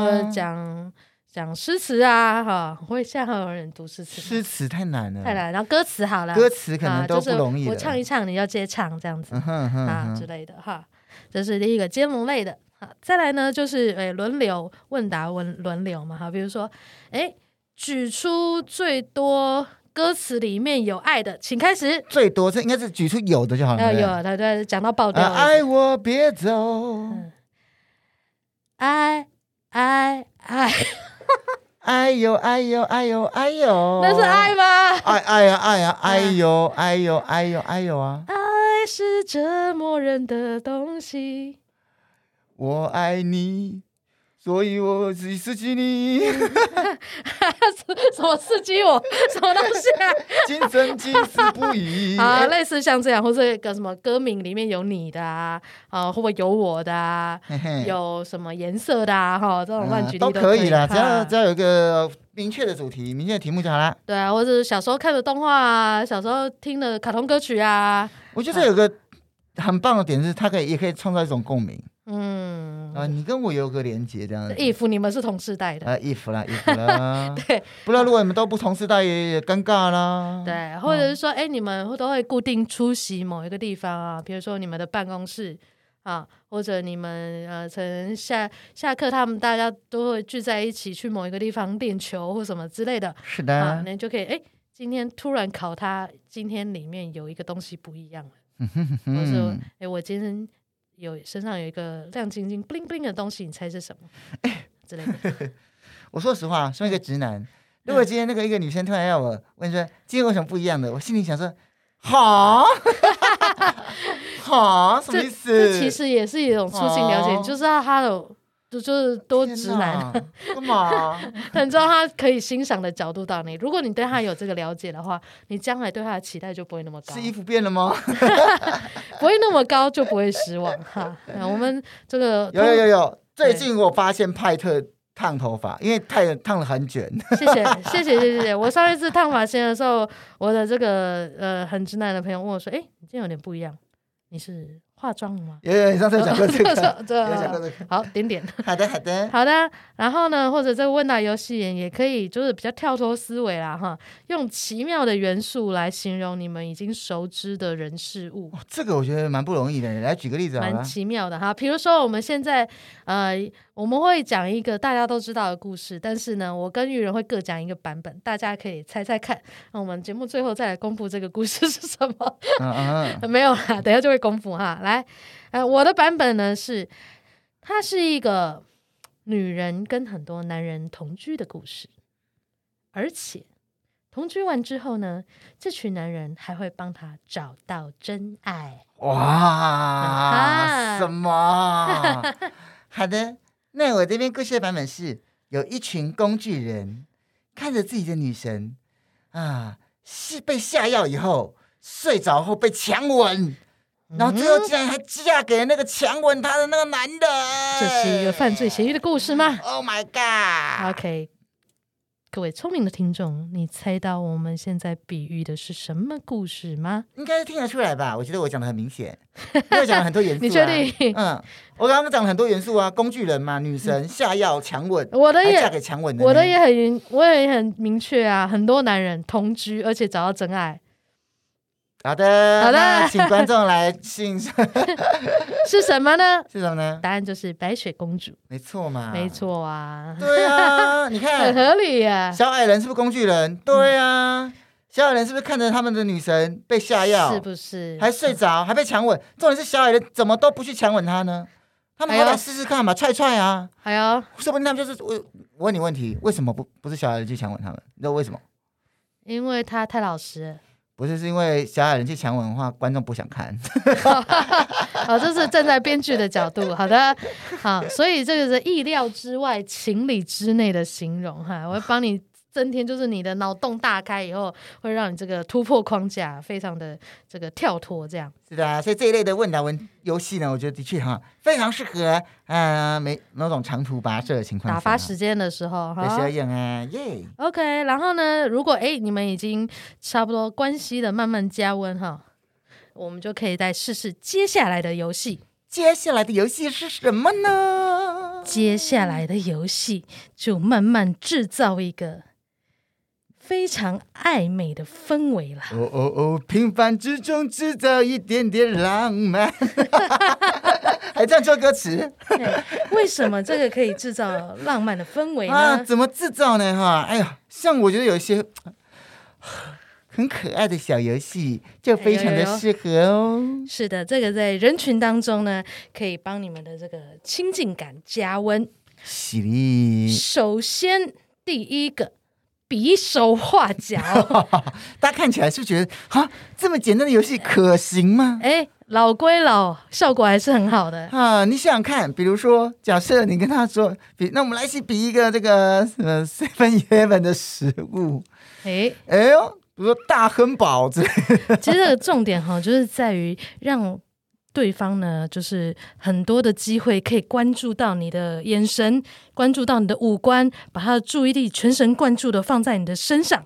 [SPEAKER 2] 或
[SPEAKER 3] 啊
[SPEAKER 2] 者讲讲诗词啊，哈，会现在还有人读诗词吗，
[SPEAKER 3] 诗词太难了，
[SPEAKER 2] 太难。然后歌词好了，
[SPEAKER 3] 歌词可能
[SPEAKER 2] 啊
[SPEAKER 3] 都不容易
[SPEAKER 2] 就
[SPEAKER 3] 的。
[SPEAKER 2] 是我唱一唱，你要接唱这样子
[SPEAKER 3] 嗯哼嗯哼
[SPEAKER 2] 啊
[SPEAKER 3] 嗯
[SPEAKER 2] 之
[SPEAKER 3] 哼
[SPEAKER 2] 类的哈，这是第一个接龙类的。好，再来呢就是诶轮流问答问轮流嘛哈，比如说诶举出最多歌词里面有爱的，请开始。
[SPEAKER 3] 最多这应该是举出有的就好了。哦
[SPEAKER 2] 要
[SPEAKER 3] 对不对
[SPEAKER 2] 有，对哦对，讲到爆掉
[SPEAKER 3] 啊，
[SPEAKER 2] 为止。
[SPEAKER 3] 爱我别走，
[SPEAKER 2] 嗯爱爱爱，
[SPEAKER 3] 哎呦哎呦哎呦哎呦，
[SPEAKER 2] 那是爱嗯吗？
[SPEAKER 3] 哎哎呀哎呀哎呦哎呦哎呦哎呦啊！
[SPEAKER 2] 爱是折磨人的东西。
[SPEAKER 3] 我爱你，所以我只失去 你，
[SPEAKER 2] 什么刺 激我？什么东西啊？
[SPEAKER 3] 今生今世不 移。
[SPEAKER 2] 啊，类似像这样，或者一个什么歌名里面有你的啊，啊，或者有我的啊，
[SPEAKER 3] 嘿嘿
[SPEAKER 2] 有什么颜色的啊，哈，这种乱
[SPEAKER 3] 哎啊
[SPEAKER 2] 举例
[SPEAKER 3] 都
[SPEAKER 2] 可
[SPEAKER 3] 可以啦，只要
[SPEAKER 2] 哈
[SPEAKER 3] 只要有一个呃明确的主题、明确的题目就好啦。
[SPEAKER 2] 对啊，或者是小时候看的动画啊，小时候听的卡通歌曲啊，
[SPEAKER 3] 我觉得有个很棒的点是，它可以也可以创造一种共鸣
[SPEAKER 2] 嗯
[SPEAKER 3] 啊，你跟我有个连接这样子。
[SPEAKER 2] ，if 你们是同世代的，，
[SPEAKER 3] 啊，衣服啦，衣服啦
[SPEAKER 2] 对
[SPEAKER 3] 不然如果你们都不同世代，也也尴尬啦。
[SPEAKER 2] 对，
[SPEAKER 3] 哦
[SPEAKER 2] 或者是说，哎、你们会都会固定出席某一个地方啊，比如说你们的办公室啊，或者你们呃，可能下下课他们大家都会聚在一起去某一个地方练球或什么之类的
[SPEAKER 3] 是
[SPEAKER 2] 啊，
[SPEAKER 3] 的，
[SPEAKER 2] 那你就可以哎、今天突然考他，今天里面有一个东西不一样了， 或者说
[SPEAKER 3] 嗯，
[SPEAKER 2] 哎、我今天有身上有一个亮晶晶、bling bling 的东西，你猜是什么？
[SPEAKER 3] 哎
[SPEAKER 2] 之类 的，
[SPEAKER 3] 我说实话，身为一个直
[SPEAKER 2] 嗯
[SPEAKER 3] 男，如果今天那个一个女生突然要我问说今天有什么不一样的，我心里想说， 好，好，什么意
[SPEAKER 2] 这
[SPEAKER 3] 思？
[SPEAKER 2] 其实也是一种促进了解，
[SPEAKER 3] 哦
[SPEAKER 2] 你就知道他的就就是多直
[SPEAKER 3] 天
[SPEAKER 2] 男。
[SPEAKER 3] 哪，干嘛？
[SPEAKER 2] 但你知道他可以欣赏的角度到你，如果你对他有这个了解的话， 你将来对他的期待就不会那么高
[SPEAKER 3] 是，衣服变了吗？
[SPEAKER 2] 啊不会那么高就不会失望 哈。那我们这个
[SPEAKER 3] 有有有有，
[SPEAKER 2] 对
[SPEAKER 3] 最近我发现派特烫头发，因为太烫了很卷，
[SPEAKER 2] 谢谢谢谢谢谢谢。我上一次烫发型的时候，我的这个呃很直男的朋友问我说：“哎、你今天有点不一样，你是化妆了吗
[SPEAKER 3] 有有，你上？”次有讲过这
[SPEAKER 2] 我
[SPEAKER 3] 个，
[SPEAKER 2] 说
[SPEAKER 3] 有讲过
[SPEAKER 2] 这
[SPEAKER 3] 这个。
[SPEAKER 2] 好点点。
[SPEAKER 3] 好的好的，
[SPEAKER 2] 好的，然后呢，或者这个问答游戏也也可以，就是比较跳脱思维啦，哈，用奇妙的元素来形容你们已经熟知的人事物。
[SPEAKER 3] 哇这个我觉得蛮不容易的，来举个例子好
[SPEAKER 2] 蛮
[SPEAKER 3] 了。
[SPEAKER 2] 奇妙的哈。比如说，我们现在呃，我们会讲一个大家都知道的故事，但是呢，我跟玉人会各讲一个版本，大家可以猜猜看。那我们节目最后再来公布这个故事是什么？
[SPEAKER 3] 嗯嗯，嗯
[SPEAKER 2] 没有啦，等一下就会公布哈。来，呃，我的版本呢是，它是一个女人跟很多男人同居的故事。而且同居完之后呢，这群男人还会帮他找到真爱。
[SPEAKER 3] 哇
[SPEAKER 2] 哈，
[SPEAKER 3] 什么？ 好的，那我这边故事的版本是有一群工具人看着自己的女神啊，是被下药以后睡着后被强吻，
[SPEAKER 2] 嗯
[SPEAKER 3] 然后最后竟然还嫁给了那个强吻她的那个男人。
[SPEAKER 2] 这是一个犯罪嫌疑的故事吗
[SPEAKER 3] Oh my god！
[SPEAKER 2] ？OK，各位聪明的听众，你猜到我们现在比喻的是什么故事吗？
[SPEAKER 3] 应该是听得出来吧？我觉得我讲的很明显，因为我讲了很多元素、啊。
[SPEAKER 2] 你确 定
[SPEAKER 3] 嗯，我刚刚讲了很多元素啊，工具人嘛，女
[SPEAKER 2] 嗯
[SPEAKER 3] 神下药强吻，
[SPEAKER 2] 我的
[SPEAKER 3] 还嫁
[SPEAKER 2] 也，
[SPEAKER 3] 给强吻的呢，
[SPEAKER 2] 我的也很，我也很明确啊。很多男人同居，而且找到真爱，
[SPEAKER 3] 好的，
[SPEAKER 2] 好的
[SPEAKER 3] 那请观众来信是
[SPEAKER 2] 是什么呢？
[SPEAKER 3] 什么 呢？
[SPEAKER 2] 答案就是白雪公主，
[SPEAKER 3] 没错嘛，
[SPEAKER 2] 没，错啊，
[SPEAKER 3] 对啊，你
[SPEAKER 2] 很
[SPEAKER 3] 看
[SPEAKER 2] 合理呀、
[SPEAKER 3] 小矮人是不是工具人？对啊，小矮人是不是看着他们的女神被下药，
[SPEAKER 2] 是不是？
[SPEAKER 3] 还睡着，还被强吻？重点是小矮人怎么都不去强吻她呢？他们好
[SPEAKER 2] 哎呦
[SPEAKER 3] 歹试试看嘛，踹踹啊，
[SPEAKER 2] 还有，
[SPEAKER 3] 说不定他们就是我。我问你问题，为什么不不是小矮人去强吻他们？你知道为什么？
[SPEAKER 2] 因为他太老实了，
[SPEAKER 3] 不是是因为小矮人去强吻的话，观众不想看。
[SPEAKER 2] 好，哦这是站在编剧的角度。好的，好，所以这个是意料之外、情理之内的形容哈，我会帮你增添，就是你的脑洞大开以后，会让你这个突破框架，非常的这个跳脱这样。
[SPEAKER 3] 是的啊，所以这一类的问答文游戏呢，我觉得的确哈非常适合呃每某种长途跋涉的情况下
[SPEAKER 2] 打发时间的时候，
[SPEAKER 3] 对
[SPEAKER 2] 哈
[SPEAKER 3] 小。影啊，耶！
[SPEAKER 2] OK，然后呢，如果诶你们已经差不多关系的慢慢加温哈，我们就可以再试试接下来的游戏。
[SPEAKER 3] 接下来的游戏是什么呢？
[SPEAKER 2] 接下来的游戏就慢慢制造一个非常暧昧的氛围啦。
[SPEAKER 3] 哦哦哦，平凡之中制造一点点浪 漫， 还这样做歌词啊
[SPEAKER 2] 对为什么这个可以制造浪漫的氛围
[SPEAKER 3] 啊？
[SPEAKER 2] 呢？
[SPEAKER 3] 怎么制造呢？哈，哎呀，像我觉得有一些很可爱的小游戏，就非常
[SPEAKER 2] 哎
[SPEAKER 3] 的
[SPEAKER 2] 呦呦
[SPEAKER 3] 适合哦。
[SPEAKER 2] 是的，这个在人群当中呢，可以帮你们的这个亲近感加温。
[SPEAKER 3] 喜力，
[SPEAKER 2] 首先，第一个比手画脚，
[SPEAKER 3] 大家看起来是不是觉得啊，这么简单的游戏可行吗？
[SPEAKER 2] 哎，老归老，效果还是很好的。
[SPEAKER 3] 啊，你想想看，比如说，假设你跟他说，比那我们来一起比一个这个呃 Seven Eleven 的食物，
[SPEAKER 2] 哎，
[SPEAKER 3] 哎呦，比如说大亨堡之类的，
[SPEAKER 2] 其实这个重点哈，就是在于让对方呢，就是很多的机会可以关注到你的眼神，关注到你的五官，把他的注意力全神贯注的放在你的身上。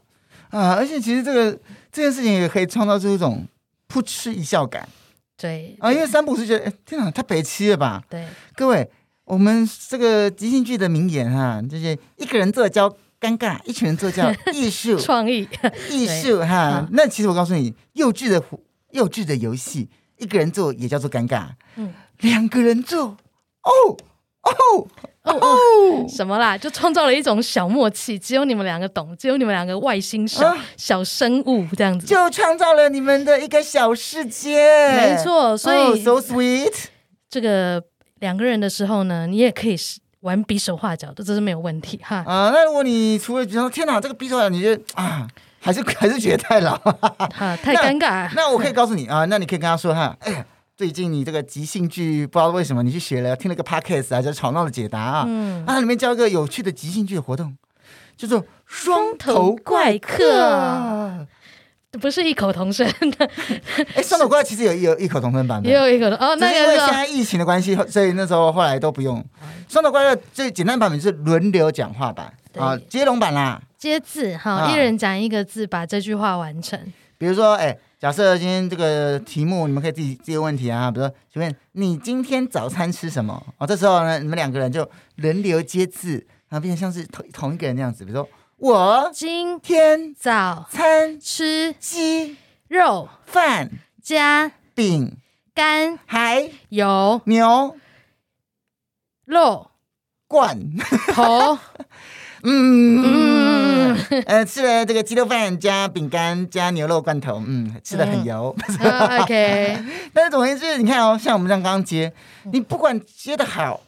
[SPEAKER 3] 啊，而且其实这个这件事情也可以创造出一种扑哧一笑感
[SPEAKER 2] 对，
[SPEAKER 3] 啊，因为三浦是觉得，哎天哪，太北七了吧？
[SPEAKER 2] 对，
[SPEAKER 3] 各位，我们这个即兴剧的名言哈、就是一个人做叫尴尬，一群人做叫艺术。
[SPEAKER 2] 创意
[SPEAKER 3] 艺术哈
[SPEAKER 2] 嗯。
[SPEAKER 3] 那其实我告诉你，幼稚的活幼稚的游戏，一个人做也叫做尴尬，
[SPEAKER 2] 嗯
[SPEAKER 3] 两个人做哦哦
[SPEAKER 2] 哦哦，什么啦，就创造了一种小默契，只有你们两个懂，只有你们两个外星小、
[SPEAKER 3] 啊
[SPEAKER 2] 小生物这样子。
[SPEAKER 3] 就创造了你们的一个小世界。
[SPEAKER 2] 没，错，所
[SPEAKER 3] 哦
[SPEAKER 2] 以
[SPEAKER 3] so sweet。
[SPEAKER 2] 这个两个人的时候呢，你也可以是玩比手画脚的，这是没有问题哈。
[SPEAKER 3] 啊，那如果你除了觉得天哪，这个逼出来，你觉得啊，还是 还是觉得太老。
[SPEAKER 2] 哈，太尴尬了。
[SPEAKER 3] 啊那我可以告诉你啊，那你可以跟他说哈，哎呀，最近你这个即兴剧不知道为什么你去学了，听了个 podcast 啊，叫吵闹的解答啊，
[SPEAKER 2] 嗯
[SPEAKER 3] 啊，里面教一个有趣的即兴剧活动，叫做双头怪
[SPEAKER 2] 双
[SPEAKER 3] 客。啊
[SPEAKER 2] 不是异口同声的，
[SPEAKER 3] 哎，双头怪其实有有异口同声版本
[SPEAKER 2] 也。有一口同哦，
[SPEAKER 3] 只
[SPEAKER 2] 那
[SPEAKER 3] 是因为
[SPEAKER 2] 个
[SPEAKER 3] 现
[SPEAKER 2] 是
[SPEAKER 3] 在疫情的关系，所以那时候后来都不用双头怪客最简单版本是轮流讲话版
[SPEAKER 2] 对
[SPEAKER 3] 啊，接龙版啦。
[SPEAKER 2] 接字哈，
[SPEAKER 3] 啊
[SPEAKER 2] 一人讲一个字，把这句话完成。
[SPEAKER 3] 比如说，哎，假设今天这个题目，你们可以自己自己问题啊。比如说，请问你今天早餐吃什么？哦，这时候呢，你们两个人就轮流接字，然后变成像是同同一个人那样子。比如说，我
[SPEAKER 2] 今
[SPEAKER 3] 天
[SPEAKER 2] 早
[SPEAKER 3] 餐
[SPEAKER 2] 吃
[SPEAKER 3] 鸡
[SPEAKER 2] 肉
[SPEAKER 3] 饭
[SPEAKER 2] 加
[SPEAKER 3] 饼
[SPEAKER 2] 肝
[SPEAKER 3] 还
[SPEAKER 2] 油
[SPEAKER 3] 牛
[SPEAKER 2] 肉
[SPEAKER 3] 罐，
[SPEAKER 2] 头，
[SPEAKER 3] 嗯，呃，吃了这个鸡肉饭加饼干加牛肉罐头，嗯，吃的很油。
[SPEAKER 2] 啊 OK，
[SPEAKER 3] 但是总而言之，你看哦，像我们这样刚刚接，你不管接的好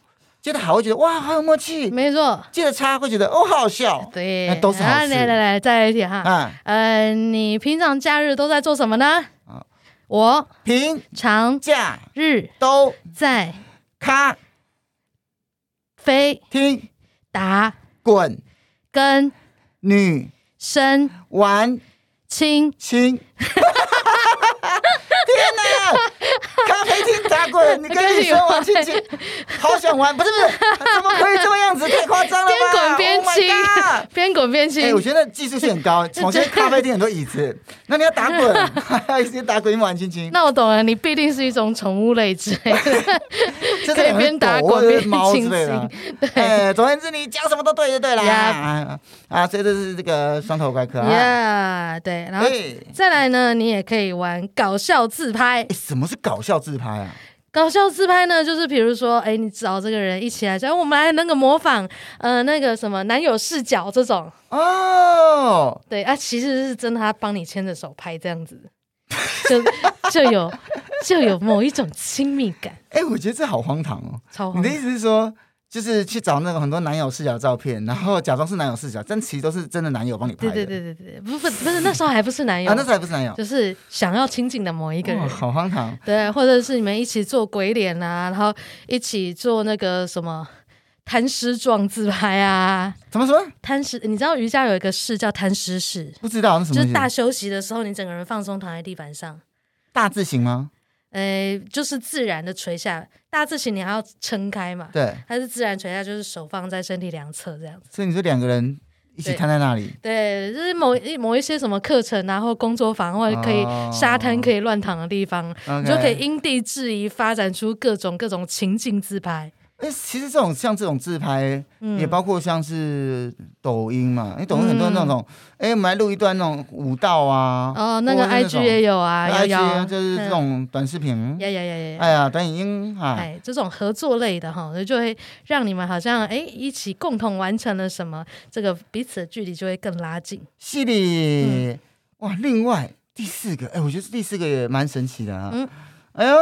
[SPEAKER 3] 接的好会觉得哇好有默契，
[SPEAKER 2] 没错，
[SPEAKER 3] 接的差会觉得哦好好笑，
[SPEAKER 2] 对。
[SPEAKER 3] 那都是好
[SPEAKER 2] 啊
[SPEAKER 3] 事
[SPEAKER 2] 来来来，再来一题哈。
[SPEAKER 3] 啊，
[SPEAKER 2] 呃，你平常假日都在做什么呢
[SPEAKER 3] 啊？
[SPEAKER 2] 我
[SPEAKER 3] 评
[SPEAKER 2] 长
[SPEAKER 3] 价
[SPEAKER 2] 日
[SPEAKER 3] 都
[SPEAKER 2] 在
[SPEAKER 3] 咔
[SPEAKER 2] 飞
[SPEAKER 3] 听
[SPEAKER 2] 达
[SPEAKER 3] 滚
[SPEAKER 2] 跟
[SPEAKER 3] 女
[SPEAKER 2] 申
[SPEAKER 3] 玩
[SPEAKER 2] 请
[SPEAKER 3] 亲。 天哪！咖啡厅打滚，你 跟女生玩亲亲， 好想玩，不是不是，怎么可以这么样子？太夸张了吧！
[SPEAKER 2] 边滚边
[SPEAKER 3] Oh my
[SPEAKER 2] 亲
[SPEAKER 3] god，
[SPEAKER 2] 边滚边
[SPEAKER 3] 哎、
[SPEAKER 2] 亲
[SPEAKER 3] 我，觉得技术性很 高。首先，咖啡厅很多椅子，那你要打滚， 还要一直打滚，一直玩亲 亲，
[SPEAKER 2] 那我懂了，你必定是一种宠物类之 类的。
[SPEAKER 3] 这
[SPEAKER 2] 可以边打滚边
[SPEAKER 3] 猫之
[SPEAKER 2] 亲
[SPEAKER 3] 类的。哎、总而言之，你讲什么都对就对了。啊啊，所以这是这个双头怪客啊。哎、
[SPEAKER 2] 呀，对，然后再来呢，你也可以玩搞笑自拍。
[SPEAKER 3] 哎什么是搞笑自拍啊？
[SPEAKER 2] 搞笑自拍呢，就是比如说，哎，你找这个人一起来，哎讲我们来那个模仿，呃，那个什么男友视角这种。
[SPEAKER 3] 哦，
[SPEAKER 2] 对啊，其实是真的，他帮你牵着手拍这样子，就就有就有某一种亲密感，
[SPEAKER 3] 哎、我觉得这好荒唐哦。
[SPEAKER 2] 超
[SPEAKER 3] 你
[SPEAKER 2] 荒
[SPEAKER 3] 的
[SPEAKER 2] 唐
[SPEAKER 3] 意思是说，就是去找那个很多男友视角的照片，然后假装是男友视角，但其实都是真的男友帮你拍
[SPEAKER 2] 对
[SPEAKER 3] 的。
[SPEAKER 2] 对对对对，不不不是那时候还不是男友，
[SPEAKER 3] 啊，那时候还不是男友，
[SPEAKER 2] 就是想要亲近的某一个人
[SPEAKER 3] 哦，，好荒唐。
[SPEAKER 2] 对，或者是你们一起做鬼脸啊，然后一起做那个什么贪尸状自拍啊，
[SPEAKER 3] 怎么说？
[SPEAKER 2] 贪尸，你知道瑜伽有一个式叫贪尸式，
[SPEAKER 3] 不知道那什么
[SPEAKER 2] 就
[SPEAKER 3] 意
[SPEAKER 2] 是
[SPEAKER 3] 思？
[SPEAKER 2] 大休息的时候，你整个人放松躺在地板上。
[SPEAKER 3] 大字型吗？
[SPEAKER 2] 呃，就是自然的垂下，大字型你还要撑开嘛，
[SPEAKER 3] 对，
[SPEAKER 2] 它是自然垂下，就是手放在身体两侧这样子。
[SPEAKER 3] 所以你说两个人一起
[SPEAKER 2] 对
[SPEAKER 3] 瘫在那里，
[SPEAKER 2] 对，就是某一某一些什么课程啊，或工作坊，或者可以
[SPEAKER 3] 哦
[SPEAKER 2] 沙滩可以乱躺的地方，你
[SPEAKER 3] OK
[SPEAKER 2] 就可以。因地制宜发展出各种各种情境自拍。
[SPEAKER 3] 哎、其实这种像这种自拍，
[SPEAKER 2] 嗯
[SPEAKER 3] 也包括像是抖音嘛，因为抖音很多那
[SPEAKER 2] 嗯
[SPEAKER 3] 种，哎、我们来录一段那种舞蹈啊，
[SPEAKER 2] 哦，那个
[SPEAKER 3] 或者是
[SPEAKER 2] IG 也有啊，
[SPEAKER 3] 那
[SPEAKER 2] 幺
[SPEAKER 3] 种 IG
[SPEAKER 2] 幺
[SPEAKER 3] 啊就是这，种短视频
[SPEAKER 2] 嗯。呀呀呀呀呀。
[SPEAKER 3] 哎呀，短影音啊，
[SPEAKER 2] 哎，这种合作类的哈，就会让你们好像哎一起共同完成了什么，这个彼此的距离就会更拉近。
[SPEAKER 3] 系
[SPEAKER 2] 嗯
[SPEAKER 3] 列、哇，另外第四个，哎、我觉得第四个也蛮神奇的啊。
[SPEAKER 2] 嗯
[SPEAKER 3] 哎呦，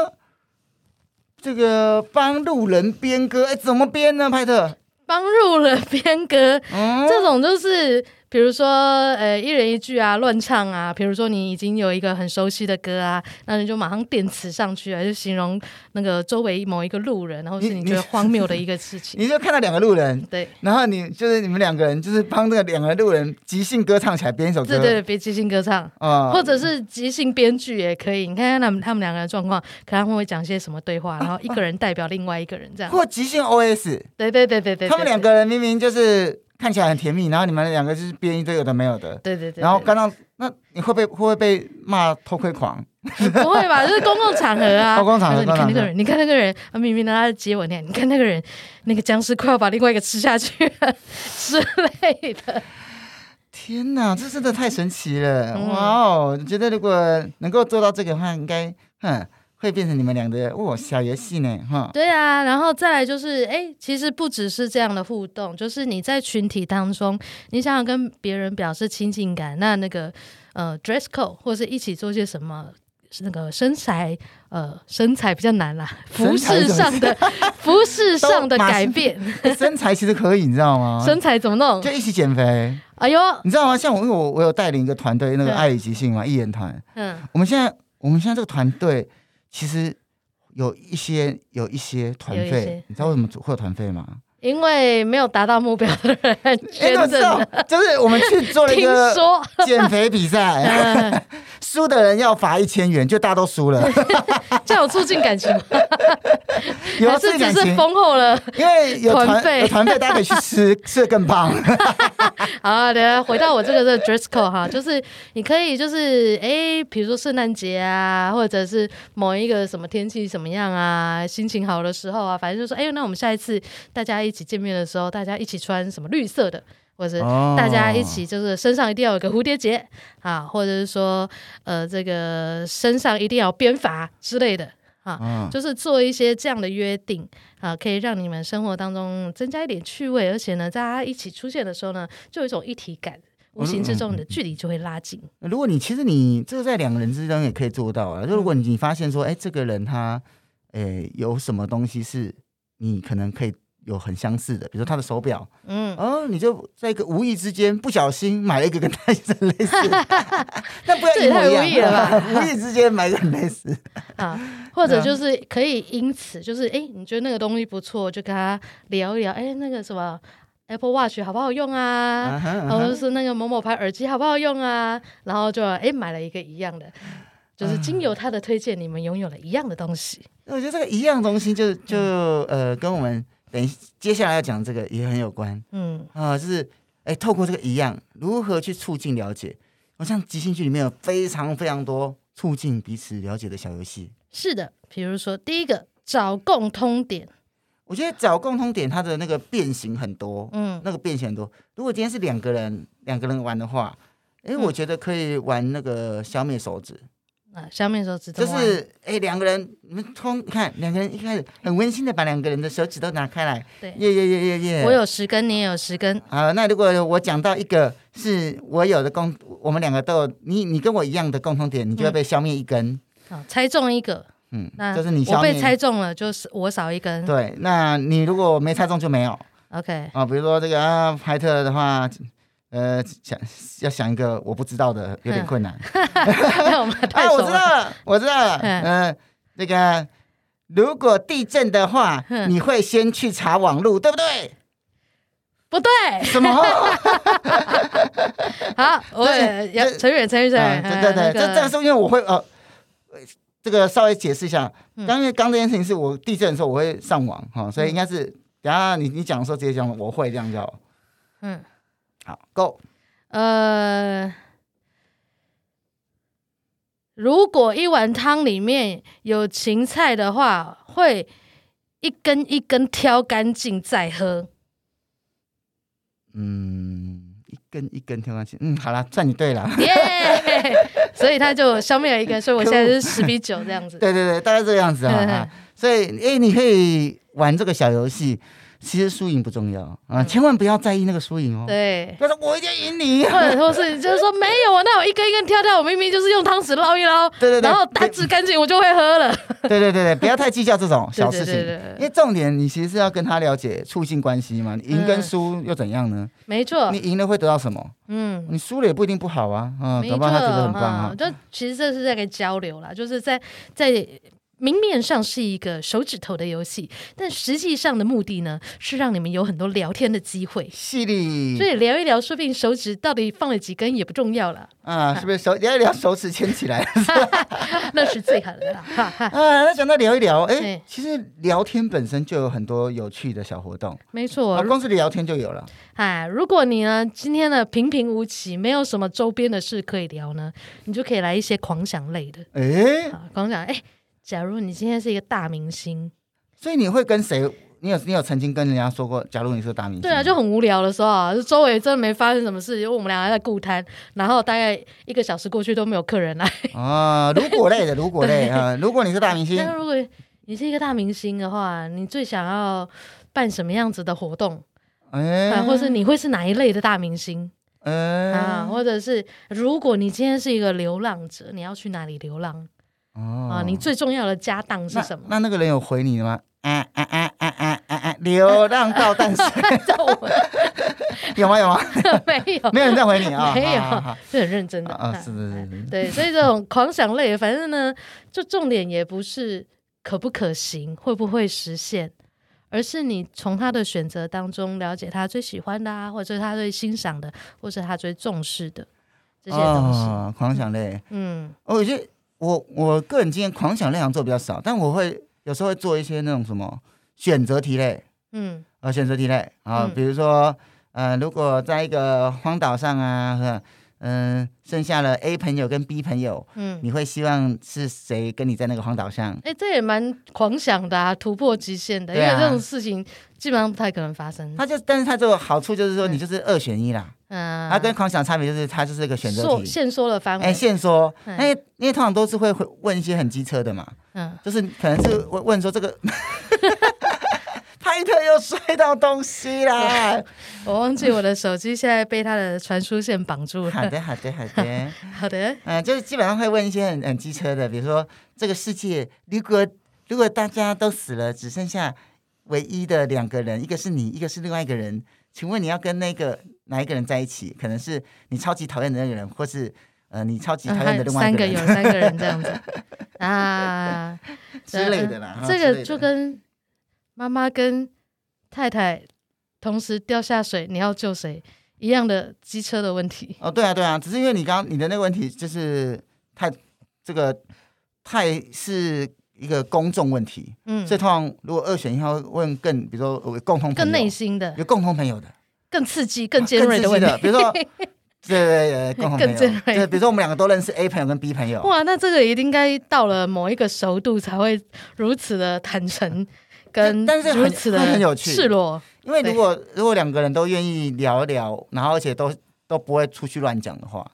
[SPEAKER 3] 这个帮路人编歌，哎、怎么编呢？派特，
[SPEAKER 2] 帮入了编歌，
[SPEAKER 3] 嗯，
[SPEAKER 2] 这种就是比如说呃一人一句啊，乱唱啊。比如说你已经有一个很熟悉的歌啊，那你就马上电词上去啊，就形容那个周围某一个路人，然后是
[SPEAKER 3] 你
[SPEAKER 2] 你觉得
[SPEAKER 3] 你
[SPEAKER 2] 荒谬的一个 事情。
[SPEAKER 3] 你就看到两个路人，
[SPEAKER 2] 对
[SPEAKER 3] 然后你就是你们两个人，就是帮这个两个路人即兴歌唱起来，编一首歌，
[SPEAKER 2] 对对，别即兴歌唱。
[SPEAKER 3] 啊、
[SPEAKER 2] 或者是即兴编剧也可以，你看看他们他们两个人的状况，可能他们会讲些什么对话，然后一个人代表另外一个人 这样。
[SPEAKER 3] 或即兴 OS，
[SPEAKER 2] 对对对对对，
[SPEAKER 3] 他们
[SPEAKER 2] 对
[SPEAKER 3] 两，个人明明就是看起来很甜蜜，然后你们两个就是编一堆有的没有的，
[SPEAKER 2] 对对对对，
[SPEAKER 3] 然后刚刚那你会不会会不会被骂偷窥狂？
[SPEAKER 2] 不会 吧？就是公共场合啊，
[SPEAKER 3] 公共场合
[SPEAKER 2] 他说
[SPEAKER 3] 公
[SPEAKER 2] 你看那
[SPEAKER 3] 共
[SPEAKER 2] 个
[SPEAKER 3] 场
[SPEAKER 2] 人，你看那个人，啊明明呢他在接吻呢，你看那个人，那个僵尸快要把另外一个吃下去了 之类的。
[SPEAKER 3] 天哪，这真的太神奇了！
[SPEAKER 2] 嗯
[SPEAKER 3] 哇哦，我觉得如果能够做到这个的话，应该哼会变成你们俩的哦小游戏呢 哈。
[SPEAKER 2] 对啊，然后再来就是，哎，其实不只是这样的互动，就是你在群体当中，你想要跟别人表示亲近感，那那个呃 dress code 或是一起做些什么。那个身材，呃，身材比较难啦，服
[SPEAKER 3] 身材
[SPEAKER 2] 饰
[SPEAKER 3] 怎么
[SPEAKER 2] 上 的服饰上
[SPEAKER 3] 都
[SPEAKER 2] 的
[SPEAKER 3] 马
[SPEAKER 2] 改
[SPEAKER 3] 上哦
[SPEAKER 2] 变，
[SPEAKER 3] 身材其实可以，你知道吗？
[SPEAKER 2] 身材怎么弄
[SPEAKER 3] 就？一起减肥，
[SPEAKER 2] 哎呦，
[SPEAKER 3] 你知道吗？像我，因为我我有带领一个团队，那个
[SPEAKER 2] 嗯
[SPEAKER 3] 爱与即兴嘛，艺人团。
[SPEAKER 2] 嗯，
[SPEAKER 3] 我们现在我们现在这个团队其实有一些有一些团
[SPEAKER 2] 有一
[SPEAKER 3] 费
[SPEAKER 2] 些，嗯
[SPEAKER 3] 你知道为什么会有团费吗？
[SPEAKER 2] 因为没有达到目标的人
[SPEAKER 3] 哎，
[SPEAKER 2] 捐
[SPEAKER 3] 你怎么知
[SPEAKER 2] 赠
[SPEAKER 3] 道
[SPEAKER 2] 的。？
[SPEAKER 3] 就是我们去做了一
[SPEAKER 2] 听
[SPEAKER 3] 个
[SPEAKER 2] 说，
[SPEAKER 3] 减肥比赛，
[SPEAKER 2] 嗯，
[SPEAKER 3] 输的人要罚一千元，就大家都输了。
[SPEAKER 2] 这样有促进感情吗？
[SPEAKER 3] 有啊
[SPEAKER 2] 还
[SPEAKER 3] 这个
[SPEAKER 2] 是只
[SPEAKER 3] 感
[SPEAKER 2] 是
[SPEAKER 3] 情，
[SPEAKER 2] 丰厚了？
[SPEAKER 3] 因为有
[SPEAKER 2] 团
[SPEAKER 3] 团
[SPEAKER 2] 费
[SPEAKER 3] 有团费，大家可以 去吃，吃的更棒。
[SPEAKER 2] 好啊，等一下回到我这个这个 dress code 哈，就是你可以就是哎，比如说圣诞节啊，或者是某一个什么天气怎么样啊，心情好的时候啊，反正就说哎，那我们下一次大家一起见面的时候，大家一起穿什么绿色的，或者是
[SPEAKER 3] 哦
[SPEAKER 2] 大家一起就是身上一定要有个蝴蝶结啊，或者是说呃这个身上一定要有编发之类的啊，
[SPEAKER 3] 嗯，
[SPEAKER 2] 就是做一些这样的约定啊，可以让你们生活当中增加一点趣味，而且呢，大家一起出现的时候呢，就有一种一体感，无形之中你的距离就会拉近。
[SPEAKER 3] 如果你其实你这个在两个人之中也可以做到
[SPEAKER 2] 嗯
[SPEAKER 3] 啊。就如果你发现说，哎，这个人他，哎，有什么东西是你可能可以有很相似的，比如说他的手表，
[SPEAKER 2] 嗯，
[SPEAKER 3] 哦，你就在一个无意之间不小心买了一个跟他很类 似的，但不要
[SPEAKER 2] 这
[SPEAKER 3] 一
[SPEAKER 2] 也
[SPEAKER 3] 模
[SPEAKER 2] 太
[SPEAKER 3] 一样，
[SPEAKER 2] 无意了
[SPEAKER 3] 无意之间买一个很类似，
[SPEAKER 2] 啊，或者就是可以因此就是哎、诶你觉得那个东西不错，就跟他聊一聊，哎、那个什么 Apple Watch 好不好用啊？
[SPEAKER 3] 啊哈啊
[SPEAKER 2] 然
[SPEAKER 3] 哈
[SPEAKER 2] 后是那个某某牌耳机好不好用啊？然后就哎、诶买了一个一样的，就是经由他的推荐，你们拥有了一样的东西。
[SPEAKER 3] 我觉得这个一样东西就
[SPEAKER 2] 嗯
[SPEAKER 3] 就呃，跟我们等一接下来要讲这个也很有关
[SPEAKER 2] 嗯
[SPEAKER 3] 啊、就是哎，透过这个一样，如何去促进了解？我像即兴剧里面有非常非常多促进彼此了解的小游戏。
[SPEAKER 2] 是的，比如说第一个找共通点，
[SPEAKER 3] 我觉得找共通点，它的那个变形很多，
[SPEAKER 2] 嗯
[SPEAKER 3] 那个变形很多。如果今天是两个人两个人玩的话，哎，
[SPEAKER 2] 嗯
[SPEAKER 3] 我觉得可以玩那个消灭手指，
[SPEAKER 2] 啊，消灭手指
[SPEAKER 3] 就
[SPEAKER 2] 怎么玩
[SPEAKER 3] 是哎两个人你们通你看两个人一开始很温馨的把两个人的手指都拿开来，
[SPEAKER 2] 啊对
[SPEAKER 3] 耶耶耶耶耶，
[SPEAKER 2] 我有十根，你也有十根，
[SPEAKER 3] 好，那如果我讲到一个是我有的共，我们两个都有你你跟我一样的共同点，你就会被消灭一根。
[SPEAKER 2] 啊，猜中一个，
[SPEAKER 3] 嗯，
[SPEAKER 2] 那
[SPEAKER 3] 就是你
[SPEAKER 2] 我
[SPEAKER 3] 消灭。
[SPEAKER 2] 被猜中了，就是我少一根。
[SPEAKER 3] 对，那你如果没猜中就没有
[SPEAKER 2] OK，
[SPEAKER 3] 啊。比如说这个啊，排特的话，呃，想要想一个我不知道的，有点困难。
[SPEAKER 2] 那我们嗯太
[SPEAKER 3] 哎，
[SPEAKER 2] 熟
[SPEAKER 3] 我知
[SPEAKER 2] 了。
[SPEAKER 3] 道了，我知道了。
[SPEAKER 2] 嗯
[SPEAKER 3] 嗯，那个如果地震的话，
[SPEAKER 2] 嗯
[SPEAKER 3] 你会先去查网路，对不 对？
[SPEAKER 2] 不对，
[SPEAKER 3] 什么？
[SPEAKER 2] 好，我也
[SPEAKER 3] 对
[SPEAKER 2] 要
[SPEAKER 3] 这
[SPEAKER 2] 陈远，陈远，陈
[SPEAKER 3] 啊对
[SPEAKER 2] 远，
[SPEAKER 3] 对对，
[SPEAKER 2] 哎
[SPEAKER 3] 这这个是因为我会呃，这个稍微解释一下，
[SPEAKER 2] 嗯
[SPEAKER 3] 刚因为刚这件事情是我地震的时候我会上网哈、所以应该是等一下你你讲的时候直接讲我会这样叫，
[SPEAKER 2] 嗯，
[SPEAKER 3] 好，Go，
[SPEAKER 2] 呃，如果一碗汤里面有芹菜的话，会一根一根挑干净再喝。
[SPEAKER 3] 嗯，一根一根跳上去，嗯，好了，算你对了，
[SPEAKER 2] 耶、所以他就消灭了一根，所以我现在就是十比九这样 子。
[SPEAKER 3] 对对对，大概这个样子啊，
[SPEAKER 2] 嗯嗯
[SPEAKER 3] 啊所以哎、你可以玩这个小游戏，其实输赢不重要啊，千万不要在意那个输赢哦，
[SPEAKER 2] 嗯对，
[SPEAKER 3] 不要说我一定要赢你，
[SPEAKER 2] 或者或是就是说没有啊，那我一根一根挑挑，我明明就是用汤匙捞一捞，
[SPEAKER 3] 对对对
[SPEAKER 2] 然后它只干净，我就会喝了。
[SPEAKER 3] 对对对对，不要太计较这种小事情，
[SPEAKER 2] 对对对对嗯
[SPEAKER 3] 因为重点你其实是要跟他了解促进关系嘛。你赢跟输又怎样呢？
[SPEAKER 2] 没错
[SPEAKER 3] 你，赢了会得到什么？
[SPEAKER 2] 嗯，
[SPEAKER 3] 你输了也不一定不好啊，嗯，
[SPEAKER 2] 没
[SPEAKER 3] 搞
[SPEAKER 2] 错，
[SPEAKER 3] 不好他觉得很棒啊
[SPEAKER 2] 嗯。就其实这是在个交流啦，就是在在明面上是一个手指头的游戏，但实际上的目的呢，是让你们有很多聊天的机会。
[SPEAKER 3] 犀利
[SPEAKER 2] 所以聊一聊，说不定手指到底放了几根也不重要了，
[SPEAKER 3] 啊，是不是手聊一聊手指牵起来
[SPEAKER 2] 那是最好的啦。哈哈，
[SPEAKER 3] 啊？那讲到聊一聊，哎
[SPEAKER 2] 对，
[SPEAKER 3] 其实聊天本身就有很多有趣的小活动，
[SPEAKER 2] 没
[SPEAKER 3] 啊
[SPEAKER 2] 错，
[SPEAKER 3] 光是聊天就有了。
[SPEAKER 2] 哎，如果你呢今天呢平平无奇，没有什么周边的事可以聊呢，你就可以来一些狂想类的
[SPEAKER 3] 哎，
[SPEAKER 2] 啊。狂想，哎，假如你今天是一个大明星，
[SPEAKER 3] 所以你会跟谁？你有你有曾经跟人家说过，假如你是大明星，
[SPEAKER 2] 对啊，就很无聊的时候啊，就周围真的没发生什么事，因为我们俩还在顾摊，然后大概一个小时过去都没有客人来。
[SPEAKER 3] 啊，如果类的，如果 类啊，如果你是大明星
[SPEAKER 2] 那，如果你是一个大明星的话，你最想要办什么样子的活动？啊，
[SPEAKER 3] 哎，
[SPEAKER 2] 或是你会是哪一类的大明星
[SPEAKER 3] 嗯
[SPEAKER 2] 啊？或者是如果你今天是一个流浪者，你要去哪里流浪
[SPEAKER 3] 哦
[SPEAKER 2] 啊？你最重要的家当是什么？
[SPEAKER 3] 那？那那个人有回你吗？啊啊啊啊啊啊啊！流浪到淡 水
[SPEAKER 2] 这我
[SPEAKER 3] 有吗？有吗？
[SPEAKER 2] 没 有，
[SPEAKER 3] 没有人在回 你啊？
[SPEAKER 2] 没有
[SPEAKER 3] 好好好
[SPEAKER 2] 是很认真的
[SPEAKER 3] 啊啊！
[SPEAKER 2] 啊
[SPEAKER 3] 是是是是，
[SPEAKER 2] 对，所以这种狂想类，反正呢，就重点也不是可不可行，会不会实现，而是你从他的选择当中了解他最喜欢的啊，或者是他最欣赏的，或者是他最重视的这些东西。
[SPEAKER 3] 哦，狂想类。
[SPEAKER 2] 嗯
[SPEAKER 3] 哦我觉得我我个人经验，狂想类好像做得比较少，但我会有时候会做一些那种什么选择题类
[SPEAKER 2] 嗯
[SPEAKER 3] 啊，选择题类啊，
[SPEAKER 2] 嗯
[SPEAKER 3] 比如说呃，如果在一个荒岛上啊，是吧嗯，剩下了 A 朋友跟 B 朋友，
[SPEAKER 2] 嗯，
[SPEAKER 3] 你会希望是谁跟你在那个荒岛上？
[SPEAKER 2] 哎、这也蛮狂想的啊，突破极限的，因
[SPEAKER 3] 对
[SPEAKER 2] 为
[SPEAKER 3] 啊
[SPEAKER 2] 这种事情基本上不太可能发生。
[SPEAKER 3] 嗯它就，但是它这个好处就是说，
[SPEAKER 2] 嗯
[SPEAKER 3] 你就是二选一啦。
[SPEAKER 2] 嗯，
[SPEAKER 3] 它跟狂想差别就是，它就是一个选择
[SPEAKER 2] 缩
[SPEAKER 3] 题。
[SPEAKER 2] 限缩了范围。
[SPEAKER 3] 哎，现说，
[SPEAKER 2] 嗯
[SPEAKER 3] 哎，因为通常都是会会问一些很机车的嘛，
[SPEAKER 2] 嗯，
[SPEAKER 3] 就是可能是问问说这 个拍特又摔到东西啦。
[SPEAKER 2] 我忘记我的手机现在被它的传输线绑 住
[SPEAKER 3] 好
[SPEAKER 2] 了。
[SPEAKER 3] 的，好的，好的。
[SPEAKER 2] 好的，
[SPEAKER 3] 嗯，就是基本上会问一些很很机车的，比如说这个世界如果如果大家都死了，只剩下唯一的两个人，一个是你，一个是另外一个人。请问你要跟那个哪一个人在一起？可能是你超级讨厌的那个人，或是呃你超级讨厌的另外一
[SPEAKER 2] 三
[SPEAKER 3] 个
[SPEAKER 2] 个
[SPEAKER 3] 人、
[SPEAKER 2] 嗯有三个人这 样子啊，
[SPEAKER 3] 之类的啦。哈
[SPEAKER 2] 嗯这
[SPEAKER 3] 之类
[SPEAKER 2] 个
[SPEAKER 3] 的
[SPEAKER 2] 就跟妈妈跟太太同时掉下水，你要救谁一样的机车的问题。
[SPEAKER 3] 哦，对啊，对啊，只是因为你刚你的那个问题就是太这个太是一个公众问题，
[SPEAKER 2] 嗯，
[SPEAKER 3] 所以通常如果二选一，他会问更比如说呃共同朋友
[SPEAKER 2] 更内心的、
[SPEAKER 3] 有共同朋友的。
[SPEAKER 2] 更刺激、更尖锐
[SPEAKER 3] 啊更
[SPEAKER 2] 问
[SPEAKER 3] 刺激
[SPEAKER 2] 题。
[SPEAKER 3] 比如说，对对 对，共同朋
[SPEAKER 2] 更尖
[SPEAKER 3] 友，
[SPEAKER 2] 锐
[SPEAKER 3] 对，比如说我们两个都认识 A 朋友跟 B 朋友，
[SPEAKER 2] 哇，那这个一定该到了某一个熟度才会如此的坦诚，跟
[SPEAKER 3] 但是很
[SPEAKER 2] 如此的
[SPEAKER 3] 会很有趣
[SPEAKER 2] 赤裸。
[SPEAKER 3] 因为
[SPEAKER 2] 对
[SPEAKER 3] 如果如果两个人都愿意聊一聊，然后而且都都不会出去乱讲的话，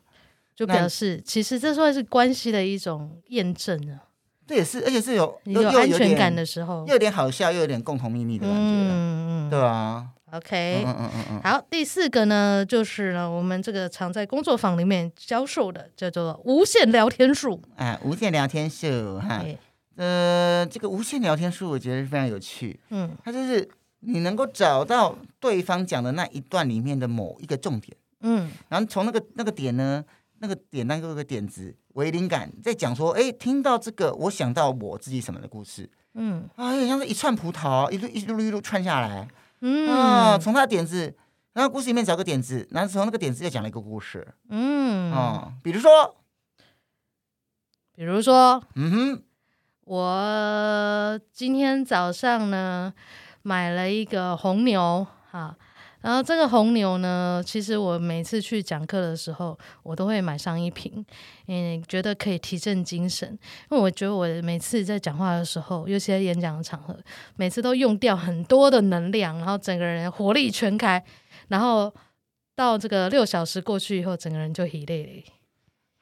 [SPEAKER 2] 就
[SPEAKER 3] 那
[SPEAKER 2] 表示，其实这算是关系的一种验证啊。
[SPEAKER 3] 这也是而且是有
[SPEAKER 2] 你
[SPEAKER 3] 又又
[SPEAKER 2] 安
[SPEAKER 3] 有
[SPEAKER 2] 全感
[SPEAKER 3] 点
[SPEAKER 2] 的时候
[SPEAKER 3] 又，有点好笑，又有点共同秘密的感觉，
[SPEAKER 2] 嗯
[SPEAKER 3] 对啊，
[SPEAKER 2] ，OK，
[SPEAKER 3] 嗯嗯嗯嗯，
[SPEAKER 2] 好，第四个呢，就是呢，我们这个常在工作坊里面教授的，叫做无限聊天术。
[SPEAKER 3] 哎，无限聊天术哈，
[SPEAKER 2] 哎
[SPEAKER 3] 呃，这个无限聊天术我觉得是非常有趣，
[SPEAKER 2] 嗯
[SPEAKER 3] 它就是你能够找到对方讲的那一段里面的某一个重点。
[SPEAKER 2] 嗯
[SPEAKER 3] 然后从那个那个点呢，那个点那个个点子为灵感，再讲说，哎，听到这个，我想到我自己什么的故事
[SPEAKER 2] 嗯
[SPEAKER 3] 啊，有点像是一串葡萄，一路一路一路串下来啊，
[SPEAKER 2] 嗯
[SPEAKER 3] 从他的点子，然后故事里面找个点子，然后从那个点子又讲了一个故事
[SPEAKER 2] 嗯，
[SPEAKER 3] 啊，比如说，
[SPEAKER 2] 比如说，
[SPEAKER 3] 嗯
[SPEAKER 2] 我今天早上呢买了一个红牛啊，然后这个红牛呢，其实我每次去讲课的时候，我都会买上一瓶，嗯，觉得可以提振精神。因为我觉得我每次在讲话的时候，尤其在演讲的场合，每次都用掉很多的能量，然后整个人活力全开，然后到这个六小时过去以后，整个人就疲累了。
[SPEAKER 3] 哼，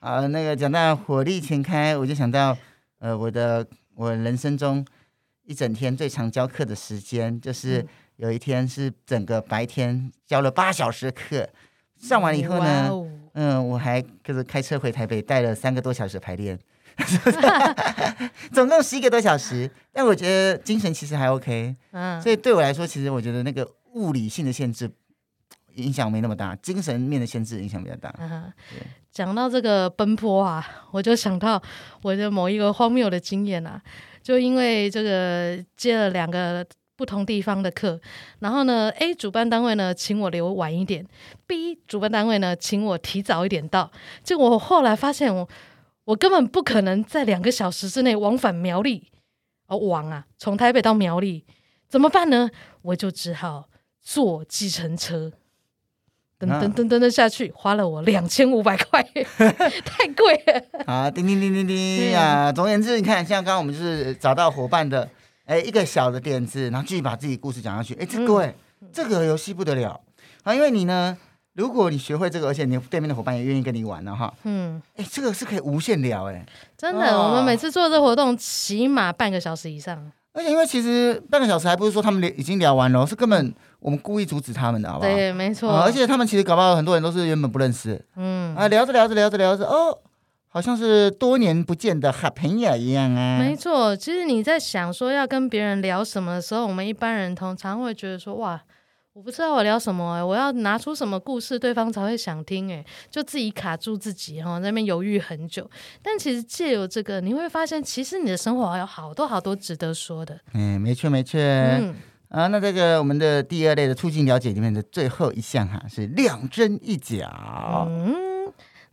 [SPEAKER 3] 啊，那个讲到火力全开，我就想到，呃，我的我人生中一整天最长教课的时间就是。
[SPEAKER 2] 嗯
[SPEAKER 3] 有一天是整个白天教了八小时的课，上完了以后
[SPEAKER 2] 哇
[SPEAKER 3] 呢，
[SPEAKER 2] 哦
[SPEAKER 3] 嗯，我还就是开车回台北，带了三个多小时的排练， 总共十一个多小时。但我觉得精神其实还 OK，
[SPEAKER 2] 嗯，
[SPEAKER 3] 所以对我来说，其实我觉得那个物理性的限制影响没那么大，精神面的限制影响比较大。
[SPEAKER 2] 啊
[SPEAKER 3] 对，
[SPEAKER 2] 讲到这个奔波啊，我就想到我的某一个荒谬的经验啊，就因为这个接了两个不同地方的课，然后呢，A 主办单位呢请我留晚一点，B 主办单位呢请我提早一点到，结果我后来发现我我根本不可能在两个小时之内往返苗栗，哦，往啊，从台北到苗栗，怎么办呢？我就只好坐计程车。噔
[SPEAKER 3] 啊
[SPEAKER 2] 噔噔噔噔下去，花了我两千五 百块，太贵了。
[SPEAKER 3] 好，啊叮叮叮叮
[SPEAKER 2] 对
[SPEAKER 3] 叮
[SPEAKER 2] 啊
[SPEAKER 3] 啊！总而言之，你看，像刚刚我们就是找到伙伴的，哎，一个小的点子，然后继续把自己故事讲下去。哎，这
[SPEAKER 2] 嗯
[SPEAKER 3] 各位，这个游戏不得了啊！因为你呢，如果你学会这个，而且你对面的伙伴也愿意跟你玩了哈，
[SPEAKER 2] 嗯，
[SPEAKER 3] 哎，这个是可以无限聊哎。
[SPEAKER 2] 真的，
[SPEAKER 3] 哦
[SPEAKER 2] 我们每次做这活动起码半个小时以上。
[SPEAKER 3] 而且因为其实半个小时还不是说他们聊已经聊完了，是根本我们故意阻止他们的，好不好？
[SPEAKER 2] 对，没错、
[SPEAKER 3] 啊而且他们其实搞不好很多人都是原本不认识
[SPEAKER 2] 嗯，
[SPEAKER 3] 啊，聊着聊着聊着聊着，哦，好像是多年不见的好朋友一样啊。
[SPEAKER 2] 没错。其实你在想说要跟别人聊什么的时候，我们一般人通常会觉得说，哇，我不知道我聊什么、欸，我要拿出什么故事，对方才会想听、欸，就自己卡住自己哈，在那边犹豫很久。但其实借由这个，你会发现，其实你的生活还有好多好多值得说的。
[SPEAKER 3] 嗯，没错没错。
[SPEAKER 2] 嗯，
[SPEAKER 3] 啊，那这个我们的第二类的促进了解里面的最后一项哈、是两真一假。
[SPEAKER 2] 嗯，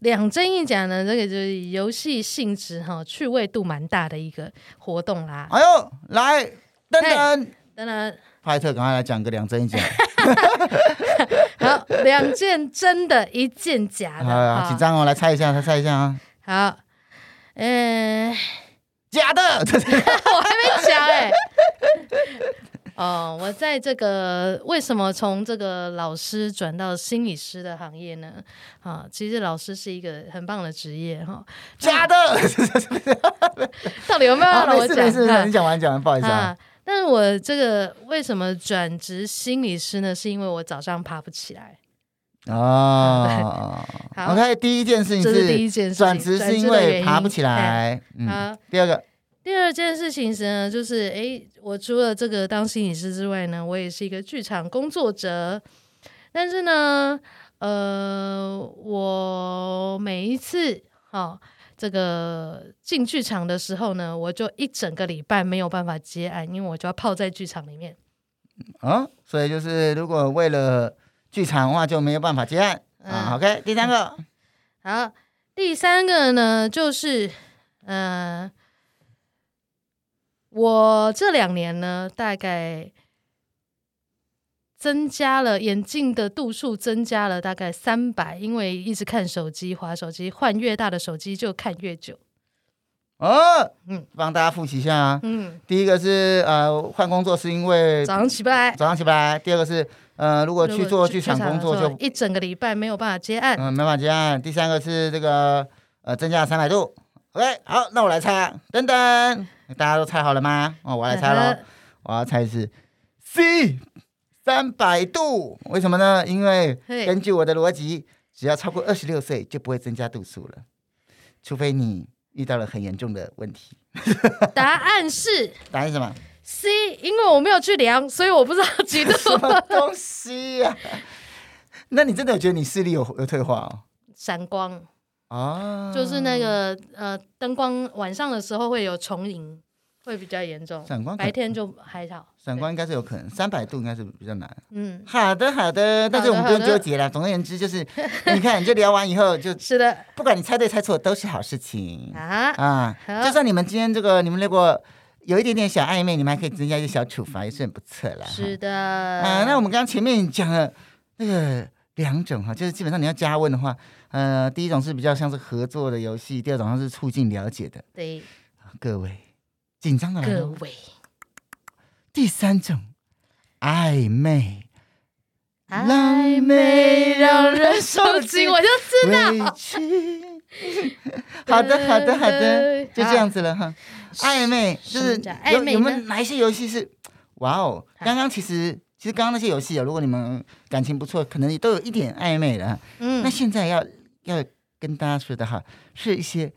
[SPEAKER 2] 两真一假呢，这个就是游戏性质哈，趣味度蛮大的一个活动啦。
[SPEAKER 3] 哎呦，来，等等，
[SPEAKER 2] 当然，
[SPEAKER 3] 派特赶快来讲个两真一假。
[SPEAKER 2] 哎好，两件真的，一件假的，
[SPEAKER 3] 啊，
[SPEAKER 2] 好
[SPEAKER 3] 紧张哦，来猜一下，来猜一下啊，
[SPEAKER 2] 好，嗯、
[SPEAKER 3] 假 的，这是
[SPEAKER 2] 我还没讲哎、哦，我在这个为什么从这个老师转到心理师的行业呢？啊，其实老师是一个很棒的职业哈。
[SPEAKER 3] 假的。
[SPEAKER 2] 到底有没有
[SPEAKER 3] 啊
[SPEAKER 2] 让
[SPEAKER 3] 没
[SPEAKER 2] 我
[SPEAKER 3] 事
[SPEAKER 2] 讲？
[SPEAKER 3] 没事，没
[SPEAKER 2] 啊
[SPEAKER 3] 事你讲完讲完，不好意思啊。
[SPEAKER 2] 啊。但是我这个为什么转职心理师呢？是因为我早上爬不起来，
[SPEAKER 3] 哦
[SPEAKER 2] 对嗯 好
[SPEAKER 3] ，OK，第一件事情
[SPEAKER 2] 这是第一件
[SPEAKER 3] 是
[SPEAKER 2] 事情
[SPEAKER 3] 转职
[SPEAKER 2] 转
[SPEAKER 3] 是
[SPEAKER 2] 职
[SPEAKER 3] 因
[SPEAKER 2] 的原
[SPEAKER 3] 为
[SPEAKER 2] 因
[SPEAKER 3] 爬不起来。嗯，
[SPEAKER 2] 啊
[SPEAKER 3] 第二个
[SPEAKER 2] 第二件事情是呢，就是诶，我除了这个当心理师之外呢，我也是一个剧场工作者。但是呢，呃，我每一次哦，这个进剧场的时候呢，我就一整个礼拜没有办法接案，因为我就要泡在剧场里面。
[SPEAKER 3] 哦，所以就是如果为了剧场的话，就没有办法接案、啊。
[SPEAKER 2] 嗯
[SPEAKER 3] OK，第三个，
[SPEAKER 2] 好，第三个呢，就是呃，我这两年呢，大概增加了眼镜的度数，增加了大概三百，因为一直看手机、划手机，换越大的手机就看越久。
[SPEAKER 3] 哦，
[SPEAKER 2] 嗯
[SPEAKER 3] 帮大家复习一下啊。
[SPEAKER 2] 嗯，
[SPEAKER 3] 第一个是呃换工作是因为
[SPEAKER 2] 早上起不来，
[SPEAKER 3] 早上起不来，第二个是呃如果
[SPEAKER 2] 如
[SPEAKER 3] 去
[SPEAKER 2] 果
[SPEAKER 3] 做剧场工作
[SPEAKER 2] 的时
[SPEAKER 3] 就
[SPEAKER 2] 候一整个礼拜没有办法接案。
[SPEAKER 3] 嗯、没法接案，第三个是这个呃增加三百度。OK，好，那我来猜啊，等等，
[SPEAKER 2] 嗯
[SPEAKER 3] 大家都猜好了吗？哦，我来猜喽。我要猜是 C 三百度，为什么呢？因为
[SPEAKER 2] 嘿
[SPEAKER 3] 根据我的逻辑，只要超过二十六岁就不会增加度数了，除非你遇到了很严重的问题。
[SPEAKER 2] 答案是
[SPEAKER 3] 答案是什么？
[SPEAKER 2] C，因为我没有去量，所以我不知道几度。
[SPEAKER 3] 什么东西呀、那你真的有觉得你视力有有退化哦？
[SPEAKER 2] 闪光。
[SPEAKER 3] 啊，
[SPEAKER 2] 就是那个呃，灯光晚上的时候会有重影，会比较严重，
[SPEAKER 3] 闪光可
[SPEAKER 2] 白天就还好。
[SPEAKER 3] 闪光应该是有可能，三百度应该是比较难。
[SPEAKER 2] 嗯，
[SPEAKER 3] 好的，好的，但是我们不用
[SPEAKER 2] 好的
[SPEAKER 3] 纠结了。总而言之，就是你看，你就聊完以后，就是
[SPEAKER 2] 的
[SPEAKER 3] 不管你猜对猜错都是好事 情。
[SPEAKER 2] 啊，
[SPEAKER 3] 啊，
[SPEAKER 2] 好
[SPEAKER 3] 就算你们今天这个，你们如果有一点点小暧昧，你们还可以增加一些小处罚，也是很不错啦。
[SPEAKER 2] 是的。
[SPEAKER 3] 啊，那我
[SPEAKER 2] 们
[SPEAKER 3] 们刚刚前面讲了那个两种哈，就是基本上你要加问的话，呃，第一种是比较像是合作的游戏，第二种像是促进了解的。
[SPEAKER 2] 对
[SPEAKER 3] 各位紧张的来
[SPEAKER 2] 各
[SPEAKER 3] 喽。
[SPEAKER 2] 位
[SPEAKER 3] 第三种暧昧，
[SPEAKER 2] 暧昧让人受尽，我就知道。
[SPEAKER 3] 委屈。 好的，好的，好的，就这样子了哈。暧昧就是
[SPEAKER 2] 什么叫
[SPEAKER 3] 有
[SPEAKER 2] 暧昧呢
[SPEAKER 3] 有没有哪一些游戏是？哇哦，
[SPEAKER 2] 好
[SPEAKER 3] 刚刚其实其实刚刚那些游戏啊，如果你们感情不错，可能也都有一点暧昧了哈。那
[SPEAKER 2] 嗯，
[SPEAKER 3] 现在要要跟大家说的哈，是一些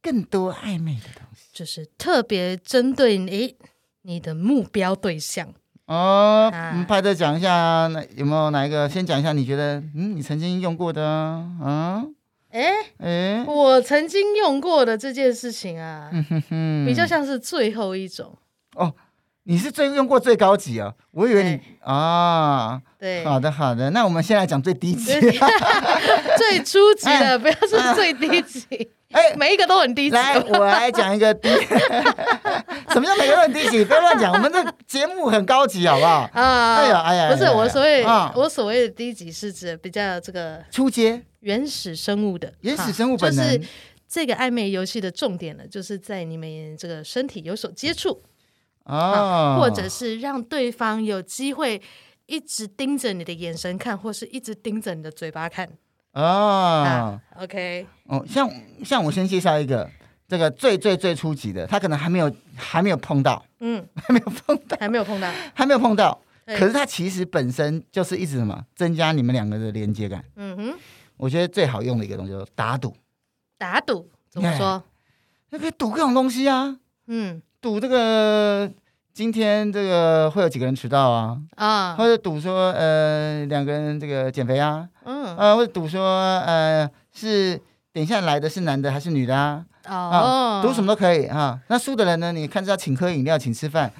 [SPEAKER 3] 更多暧昧的东西
[SPEAKER 2] 就是特别针对你你的目标对象。
[SPEAKER 3] 哦。
[SPEAKER 2] 啊
[SPEAKER 3] 我们派特讲一下，那有没有哪一个？先讲一下，你觉得嗯，你曾经用过的啊？
[SPEAKER 2] 哎，
[SPEAKER 3] 哎，
[SPEAKER 2] 我曾经用过的这件事情啊，
[SPEAKER 3] 嗯哼哼
[SPEAKER 2] 比较像是最后一种。
[SPEAKER 3] 你是最用过最高级哦，我以为你啊。
[SPEAKER 2] 对，
[SPEAKER 3] 好的，好的，那我们先来讲最低级。
[SPEAKER 2] 最最初级的，不要说最低级，
[SPEAKER 3] 哎，
[SPEAKER 2] 每一个都很低级。
[SPEAKER 3] 啊来，我来讲一个低。 什么叫每个人低级？不要乱讲，我们这节目很高级，好不好？
[SPEAKER 2] 啊，
[SPEAKER 3] 哎呀哎呀
[SPEAKER 2] 不是
[SPEAKER 3] 哎呀
[SPEAKER 2] 我所谓
[SPEAKER 3] 啊
[SPEAKER 2] 我所谓的低级是指比较这个
[SPEAKER 3] 初阶
[SPEAKER 2] 原始生物的
[SPEAKER 3] 原始生物
[SPEAKER 2] 啊
[SPEAKER 3] 本能
[SPEAKER 2] 就是这个暧昧游戏的重点呢，就是在你们这个身体有所接触，
[SPEAKER 3] 哦，
[SPEAKER 2] 或者是让对方有机会。一直盯着你的眼神看，或是一直盯着你的嘴巴看
[SPEAKER 3] 哦
[SPEAKER 2] 啊。OK，
[SPEAKER 3] 哦，像像我先介绍一个这个最最最初级的，他可能还没有还没有碰到，
[SPEAKER 2] 嗯，
[SPEAKER 3] 还没有碰到，
[SPEAKER 2] 还没有碰到。
[SPEAKER 3] 还没有碰到。
[SPEAKER 2] 对
[SPEAKER 3] 可是他其实本身就是一直什么增加你们两个的连接感。
[SPEAKER 2] 嗯哼，
[SPEAKER 3] 我觉得最好用的一个东西就是打赌，
[SPEAKER 2] 打赌怎么
[SPEAKER 3] 哎
[SPEAKER 2] 说？
[SPEAKER 3] 那可以赌各种东西啊，
[SPEAKER 2] 嗯
[SPEAKER 3] 赌这个今天这个会有几个人迟到啊，
[SPEAKER 2] 啊
[SPEAKER 3] 或，者赌说呃两个人这个减肥啊，
[SPEAKER 2] 嗯
[SPEAKER 3] 呃或者赌说呃是等一下来的是男的还是女的啊，啊
[SPEAKER 2] 哦，
[SPEAKER 3] 赌什么？都可以啊。那输的人呢，你看是要请喝饮料，请吃饭，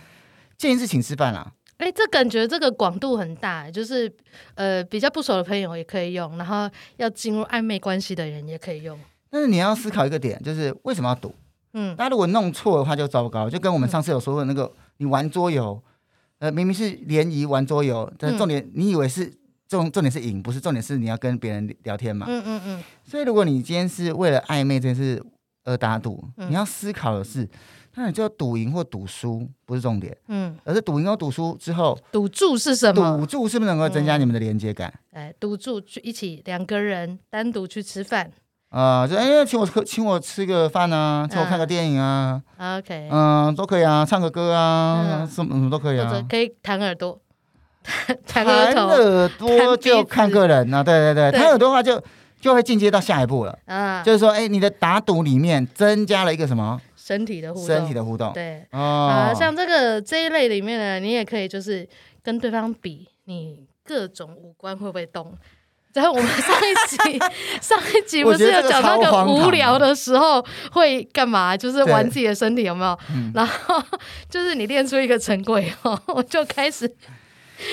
[SPEAKER 3] 建议是请吃饭啦。
[SPEAKER 2] 哎、这感觉这个广度很大，就是呃比较不熟的朋友也可以用，然后要进入暧昧关系的人也可以用。
[SPEAKER 3] 但是你要思考一个点，就是为什么要赌？
[SPEAKER 2] 嗯，
[SPEAKER 3] 大家如果弄错的话就糟糕，就跟我们上次有说过那个，你玩桌游，呃，明明是联谊玩桌游，但
[SPEAKER 2] 嗯
[SPEAKER 3] 重点你以为是重重点是赢，不是重点是你要跟别人聊天嘛。
[SPEAKER 2] 嗯嗯嗯，
[SPEAKER 3] 所以如果你今天是为了暧昧这件事而打赌，
[SPEAKER 2] 嗯
[SPEAKER 3] 你要思考的是，那你就赌赢或赌输不是重点，
[SPEAKER 2] 嗯，
[SPEAKER 3] 而是赌赢或赌输之后，
[SPEAKER 2] 赌注是什么？嗯
[SPEAKER 3] 赌注是不是能够增加你们的连接感？
[SPEAKER 2] 哎，赌注去一起两个人单独去吃饭。
[SPEAKER 3] 啊、就哎、请我喝，请我吃个饭啊，请我
[SPEAKER 2] 嗯
[SPEAKER 3] 看个电影啊，
[SPEAKER 2] OK，、
[SPEAKER 3] 嗯、都可以啊，唱个歌啊，
[SPEAKER 2] 嗯
[SPEAKER 3] 什么什么都可以
[SPEAKER 2] 或者
[SPEAKER 3] 啊。
[SPEAKER 2] 可以弹耳朵，
[SPEAKER 3] 弹
[SPEAKER 2] 弹额头
[SPEAKER 3] 耳朵就看个人啊，对对对，
[SPEAKER 2] 对
[SPEAKER 3] 弹耳朵的话就就会进阶到下一步了，
[SPEAKER 2] 啊，
[SPEAKER 3] 就是说，哎、你的打赌里面增加了一个什么
[SPEAKER 2] 身体的互动，
[SPEAKER 3] 身体的互动，
[SPEAKER 2] 对。啊、
[SPEAKER 3] 哦，
[SPEAKER 2] 像这个这一类里面呢，你也可以就是跟对方比，你各种五官会不会动。然后我们 上一集上一集不
[SPEAKER 3] 我觉
[SPEAKER 2] 是
[SPEAKER 3] 得
[SPEAKER 2] 有
[SPEAKER 3] 这个
[SPEAKER 2] 讲那
[SPEAKER 3] 超荒
[SPEAKER 2] 个
[SPEAKER 3] 唐
[SPEAKER 2] 无聊的时候会干嘛？就是玩
[SPEAKER 3] 对
[SPEAKER 2] 自己的身体有没有？
[SPEAKER 3] 嗯
[SPEAKER 2] 然后就是你练出一个成果以后，我就开始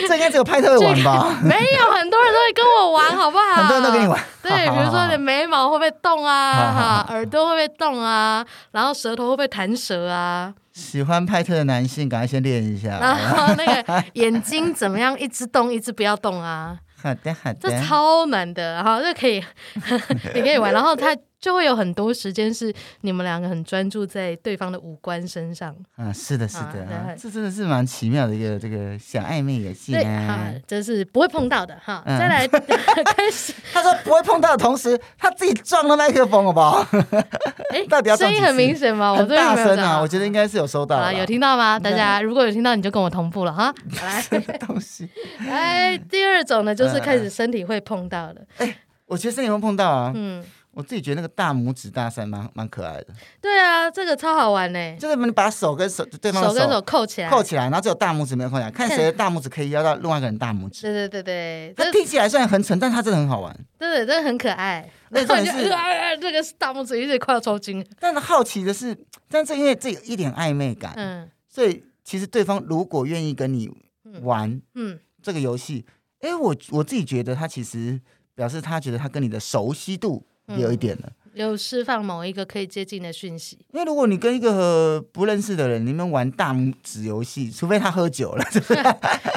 [SPEAKER 3] 这应该只有派特会玩吧？
[SPEAKER 2] 没有很多人都会跟我玩，好不好？
[SPEAKER 3] 很多人都跟你。玩，
[SPEAKER 2] 对，比如说你
[SPEAKER 3] 好
[SPEAKER 2] 的眉毛会不会 动啊？
[SPEAKER 3] 好好好
[SPEAKER 2] 哈，耳朵会不会动啊？然后舌头会不会弹舌啊？
[SPEAKER 3] 喜欢派特的男性，赶快先练一下。
[SPEAKER 2] 然后那个眼睛怎么样，一直动一直不要动 啊，
[SPEAKER 3] 好的，好的，
[SPEAKER 2] 这超难的。然后这可 以，你可以玩，然后他就会有很多时间是你们两个很专注在对方的五官身上。
[SPEAKER 3] 啊，是的，是
[SPEAKER 2] 啊
[SPEAKER 3] 的，
[SPEAKER 2] 对
[SPEAKER 3] 啊
[SPEAKER 2] 很
[SPEAKER 3] 这真的是蛮奇妙的一个这个小暧昧游戏
[SPEAKER 2] 对，
[SPEAKER 3] 啊
[SPEAKER 2] 哈。，这是不会碰到的哈。
[SPEAKER 3] 嗯
[SPEAKER 2] 再来呃开始，
[SPEAKER 3] 他说不会碰到的同时，他自己撞了麦克风，好不好？
[SPEAKER 2] 哎
[SPEAKER 3] 到底要，撞
[SPEAKER 2] 声
[SPEAKER 3] 几
[SPEAKER 2] 音
[SPEAKER 3] 次
[SPEAKER 2] 很明显哦吗？我
[SPEAKER 3] 很
[SPEAKER 2] 这边
[SPEAKER 3] 大
[SPEAKER 2] 没有
[SPEAKER 3] 声
[SPEAKER 2] 讲
[SPEAKER 3] 啊，我觉得应。该是有收到
[SPEAKER 2] 好
[SPEAKER 3] 啦
[SPEAKER 2] 了，有听到吗？大
[SPEAKER 3] 对
[SPEAKER 2] 家如果有听到，你就跟我同步 了哈。好来，
[SPEAKER 3] 这个东西。
[SPEAKER 2] 哎，第二种呢，就是开
[SPEAKER 3] 嗯嗯
[SPEAKER 2] 始身体会碰到了。
[SPEAKER 3] 我觉得是你们碰到啊，
[SPEAKER 2] 嗯，
[SPEAKER 3] 我自己觉得那个大拇指大三蛮蛮可爱的，
[SPEAKER 2] 对啊，这个超好玩呢，
[SPEAKER 3] 就是你把手跟手对方的
[SPEAKER 2] 手跟手扣起来，
[SPEAKER 3] 扣起来，然后只有大拇指没有扣起来，看谁的大拇指可以压到另外一个人大拇 指。
[SPEAKER 2] 对对对对，
[SPEAKER 3] 它
[SPEAKER 2] 这
[SPEAKER 3] 听起来虽然很蠢，但它真的很好玩。
[SPEAKER 2] 对对，真的很可爱。
[SPEAKER 3] 那
[SPEAKER 2] 然后
[SPEAKER 3] 重
[SPEAKER 2] 你就
[SPEAKER 3] 点是
[SPEAKER 2] 呃，呃呃这个大拇指有点快要抽筋。
[SPEAKER 3] 但好奇的是，但是因为这有一点暧昧感，
[SPEAKER 2] 嗯
[SPEAKER 3] 所以其实对方如果愿意跟你玩
[SPEAKER 2] 嗯，
[SPEAKER 3] 这个游戏，哎、我我自己觉得他其实表示他觉得他跟你的熟悉度也有一点了。
[SPEAKER 2] 有释放某一个可以接近的讯息。
[SPEAKER 3] 因为如果你跟一个呃不认识的人，你们玩大拇指游戏，除非他喝酒了，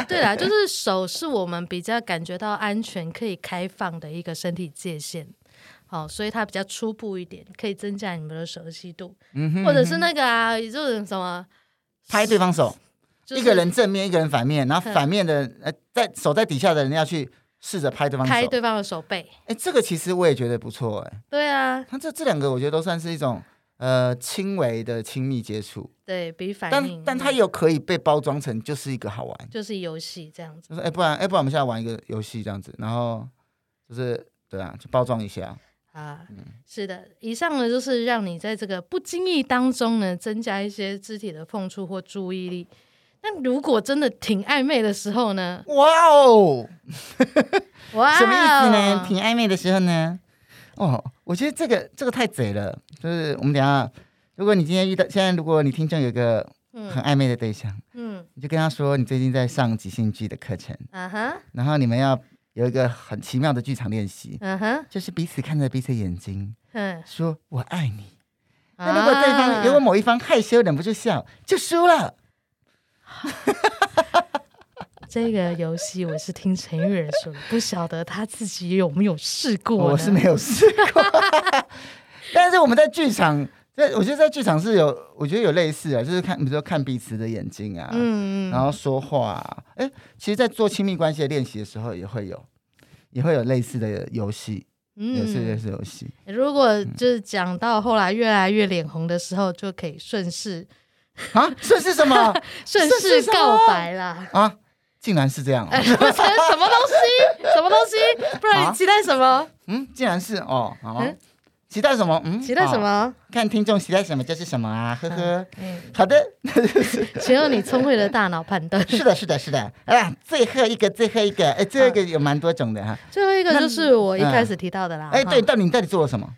[SPEAKER 2] 对啦，就是手是我们比较感觉到安全、可以开放的一个身体界限。好，所以它比较初步一点，可以增加你们的熟悉度，
[SPEAKER 3] 嗯哼
[SPEAKER 2] 或者是那个啊，就是什么，
[SPEAKER 3] 拍对方手，
[SPEAKER 2] 就是嗯
[SPEAKER 3] 一个人正面，一个人反面，然后反面的呃在手在底下的人要去试着拍对方
[SPEAKER 2] 拍
[SPEAKER 3] 手。
[SPEAKER 2] 对方的手背。
[SPEAKER 3] 哎，这个其实我也觉得不错哎，
[SPEAKER 2] 对啊，
[SPEAKER 3] 他这这两个我觉得都算是一种。呃，轻微的亲密接触，
[SPEAKER 2] 对比反应
[SPEAKER 3] 但，但它
[SPEAKER 2] 嗯
[SPEAKER 3] 有可以被包装成就是一个好玩，
[SPEAKER 2] 就是游戏这样子。
[SPEAKER 3] 就说哎、不然哎、不然我们现在玩一个游戏这样子，然后就是对啊，就包装一下。
[SPEAKER 2] 啊，
[SPEAKER 3] 嗯
[SPEAKER 2] 是的，以上呢就是让你在这个不经意当中呢，增加一些肢体的碰触或注意力。那如果真的挺暧昧的时候呢？
[SPEAKER 3] 哇哦，
[SPEAKER 2] 哇哦，
[SPEAKER 3] 什么意思呢？挺暧昧的时候呢？哦，我觉得这个这个太贼了。就是我们等一下，如果你今天遇到，现在如果你听众有一个很
[SPEAKER 2] 嗯
[SPEAKER 3] 暧昧的对象，
[SPEAKER 2] 嗯
[SPEAKER 3] 你就跟他说你最近在上即兴剧的课程，
[SPEAKER 2] 啊哈
[SPEAKER 3] 然后你们要有一个很奇妙的剧场练习，
[SPEAKER 2] 嗯哼
[SPEAKER 3] 就是彼此看着彼此眼睛，
[SPEAKER 2] 嗯。
[SPEAKER 3] 说我爱你。那如果对方、如果
[SPEAKER 2] 啊
[SPEAKER 3] 某一方害羞忍不住笑，就输了。
[SPEAKER 2] 这个游戏我是听陈玉仁说的，不晓得他自己有没有试过呢
[SPEAKER 3] 哦我是没有试过， 但是我们在剧场，在我觉得在剧场是有，我觉得有类似啊，就是看，比如说看彼此的眼睛啊，
[SPEAKER 2] 嗯
[SPEAKER 3] 然
[SPEAKER 2] 嗯
[SPEAKER 3] 后说话、啊，哎、其实，在做亲密关系的练习的时候，也会有，也会有类似的游戏，有类似类
[SPEAKER 2] 嗯。
[SPEAKER 3] 似的游戏，
[SPEAKER 2] 如果就是讲到后来越来越脸红的时候，就可以顺势
[SPEAKER 3] 啊，这是什么
[SPEAKER 2] 顺
[SPEAKER 3] 顺势
[SPEAKER 2] 势
[SPEAKER 3] 什么
[SPEAKER 2] 告白啦。
[SPEAKER 3] 啊？竟然是这样、
[SPEAKER 2] 哎，
[SPEAKER 3] 哦，
[SPEAKER 2] 什么什么东西？什么东西？
[SPEAKER 3] 啊
[SPEAKER 2] 不然你期待什么？
[SPEAKER 3] 嗯，竟然是哦，好、
[SPEAKER 2] 嗯
[SPEAKER 3] 期待什么？嗯，
[SPEAKER 2] 期待什
[SPEAKER 3] 哦
[SPEAKER 2] 么？
[SPEAKER 3] 看听众期待什么就是什么啊，呵呵。
[SPEAKER 2] 嗯，
[SPEAKER 3] 好的，
[SPEAKER 2] 只有你聪慧的大脑判断。
[SPEAKER 3] 是的，是的，是的，啊，最后一个，最后一个，哎，最后
[SPEAKER 2] 嗯
[SPEAKER 3] 一个有蛮多种的哈。
[SPEAKER 2] 最后一个就是我一开始提到的啦，
[SPEAKER 3] 哎，
[SPEAKER 2] 啊哈
[SPEAKER 3] 对，，到底你到底做了什么？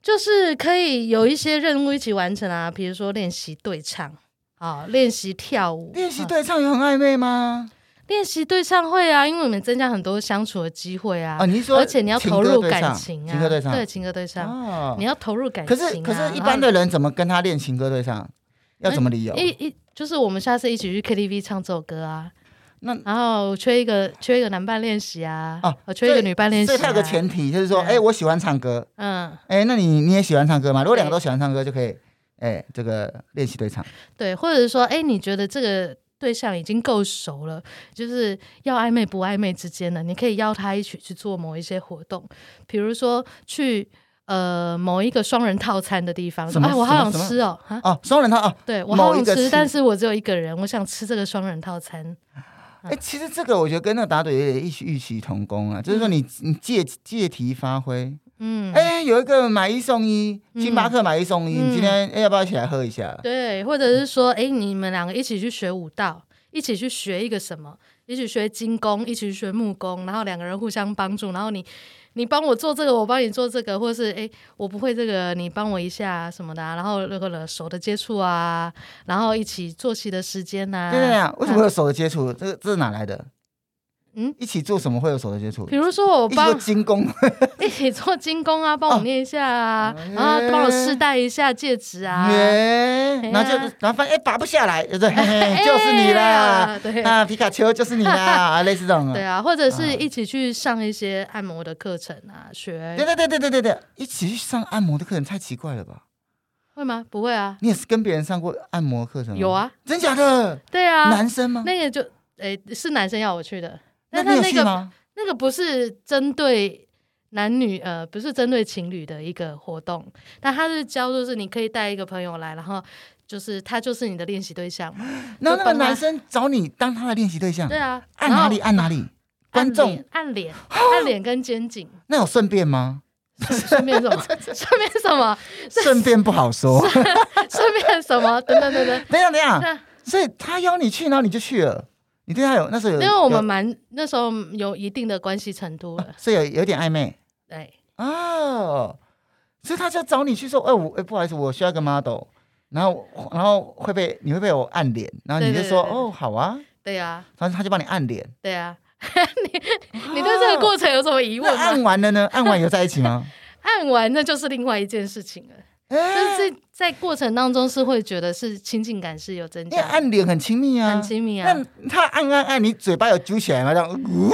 [SPEAKER 2] 就是可以有一些任务一起完成啊，比如说练习对唱，啊，练习跳舞，
[SPEAKER 3] 练习
[SPEAKER 2] 啊
[SPEAKER 3] 对唱有很暧昧吗？
[SPEAKER 2] 练习对唱会啊，因为我们增加很多相处的机会啊
[SPEAKER 3] 啊，，你是说
[SPEAKER 2] 而且你要投入感情啊，
[SPEAKER 3] 情歌对唱，
[SPEAKER 2] 对情歌对唱，
[SPEAKER 3] 哦
[SPEAKER 2] 你要投入感
[SPEAKER 3] 可
[SPEAKER 2] 情啊。哎
[SPEAKER 3] 是可
[SPEAKER 2] 然
[SPEAKER 3] 是，
[SPEAKER 2] 后
[SPEAKER 3] 一般的人怎么跟他练情歌对唱？要怎么理由？
[SPEAKER 2] 一一就是我们下次一起去 KTV 唱这首歌啊。
[SPEAKER 3] 那
[SPEAKER 2] 然后缺一个缺一个男伴练习啊，
[SPEAKER 3] 哦
[SPEAKER 2] 我缺一个女伴练习、
[SPEAKER 3] 所
[SPEAKER 2] 啊。
[SPEAKER 3] 以他有个前提，就是说，
[SPEAKER 2] 嗯
[SPEAKER 3] 哎，我喜欢唱歌，
[SPEAKER 2] 嗯，
[SPEAKER 3] 哎，那你你也喜欢唱歌吗？如果两个
[SPEAKER 2] 对
[SPEAKER 3] 都喜欢唱歌，就可以，哎，这个练习对唱。
[SPEAKER 2] 对，或者是说，哎，你觉得这个对象已经够熟了，就是要暧昧不暧昧之间呢，你可以邀他一起去做某一些活动，比如说去呃某一个双人套餐的地方，
[SPEAKER 3] 什么
[SPEAKER 2] 哎，我好想
[SPEAKER 3] 什么
[SPEAKER 2] 吃哦，啊，
[SPEAKER 3] 哦，双人套哦，
[SPEAKER 2] 对我好
[SPEAKER 3] 某一
[SPEAKER 2] 想
[SPEAKER 3] 个
[SPEAKER 2] 吃，
[SPEAKER 3] 吃
[SPEAKER 2] 但是我只有一个人，我想吃这个双人套餐。嗯
[SPEAKER 3] 哎，其实这个我觉得跟那个打赌有点异曲异曲同工啊，就是说你你借借题发挥，
[SPEAKER 2] 嗯，
[SPEAKER 3] 哎，有一个买一送一，星巴
[SPEAKER 2] 嗯
[SPEAKER 3] 克买一送一，你今
[SPEAKER 2] 嗯啊
[SPEAKER 3] 天哎要不要一起来喝一下？
[SPEAKER 2] 对，或者是说，哎，你们两个一起去学武道，一起去学一个什么，一起学精工，一起去学木工，然后两个人互相帮助，然后你你帮我做这个，我帮你做这个，或是哎，诶我不会这个，你帮我一下啊什么的、啊，然后那个手的接触啊，然后一起作息的时间呐、啊，
[SPEAKER 3] 对对对，为什么
[SPEAKER 2] 啊
[SPEAKER 3] 会有手的接触？这个这是哪来的？
[SPEAKER 2] 嗯
[SPEAKER 3] 一起做什么会有手的接触？
[SPEAKER 2] 比如说我
[SPEAKER 3] 一起 做
[SPEAKER 2] 帮
[SPEAKER 3] 精工，
[SPEAKER 2] 一起做精工啊，帮
[SPEAKER 3] 哦
[SPEAKER 2] 我捏一下啊，
[SPEAKER 3] 哎
[SPEAKER 2] 然后帮我试戴一下戒指啊，
[SPEAKER 3] 耶
[SPEAKER 2] 哎呀
[SPEAKER 3] 然后就然后发现哎拔不下来， 对不对？嘿嘿 就是你啦，
[SPEAKER 2] 哎，对
[SPEAKER 3] 啊皮卡丘就是你啦， 啊类似这种
[SPEAKER 2] 对。啊，或者
[SPEAKER 3] 嗯
[SPEAKER 2] 是一起去上一些按摩的课程啊，学
[SPEAKER 3] 对对对对对对对，一起去上按摩的课程太奇怪了吧？
[SPEAKER 2] 会吗？不会啊，
[SPEAKER 3] 你也是跟别人上过按摩课程吗？
[SPEAKER 2] 有，啊，
[SPEAKER 3] 真假的？
[SPEAKER 2] 对啊，
[SPEAKER 3] 嗯男生吗？
[SPEAKER 2] 那个就诶、是男生要我去的，
[SPEAKER 3] 那你
[SPEAKER 2] 但他
[SPEAKER 3] 有
[SPEAKER 2] 那
[SPEAKER 3] 去
[SPEAKER 2] 个
[SPEAKER 3] 吗？
[SPEAKER 2] 那个不是针对男女呃，不是针对情侣的一个活动，但他是教就是你可以带一个朋友来，然后就是他就是你的练习对象嘛，
[SPEAKER 3] 然后那个
[SPEAKER 2] 就帮他
[SPEAKER 3] 男生找你当他的练习对象
[SPEAKER 2] 对，啊，
[SPEAKER 3] 按
[SPEAKER 2] 然后
[SPEAKER 3] 哪里按哪里？观众
[SPEAKER 2] 脸按脸按脸跟肩颈，
[SPEAKER 3] 那有顺便 吗？
[SPEAKER 2] 顺 便什么顺便什么
[SPEAKER 3] 顺便不好说。
[SPEAKER 2] 顺便什么等等等等，
[SPEAKER 3] 等一下，等一下，
[SPEAKER 2] 那。
[SPEAKER 3] 所以他邀你去，然后你就去了。你对他有那时候有，
[SPEAKER 2] 因为我们
[SPEAKER 3] 有
[SPEAKER 2] 蛮那时候有一定的关系程 度了，
[SPEAKER 3] 所以有有点暧昧
[SPEAKER 2] 对，
[SPEAKER 3] 哦，所以他就找你去说，哎、我哎、不好意思，我需要一个 model，然后然后会被你会被我按脸，然后你就
[SPEAKER 2] 对对
[SPEAKER 3] 说
[SPEAKER 2] 对对
[SPEAKER 3] 哦好啊，
[SPEAKER 2] 对呀、
[SPEAKER 3] 然后他就帮你按脸。
[SPEAKER 2] 对呀、 你你对这个过程有什么疑
[SPEAKER 3] 哦那
[SPEAKER 2] 问
[SPEAKER 3] 按
[SPEAKER 2] 吗？
[SPEAKER 3] 完 了呢？按完有在一起吗？
[SPEAKER 2] 按完那就是另外一件事情了，
[SPEAKER 3] 哎、
[SPEAKER 2] 但是在过程当中是会觉得是亲近感是有增
[SPEAKER 3] 哎因为
[SPEAKER 2] 加的，
[SPEAKER 3] 按脸很亲密啊，
[SPEAKER 2] 很亲密啊，
[SPEAKER 3] 那他按按按，你嘴巴有揪起来吗？这 样，呜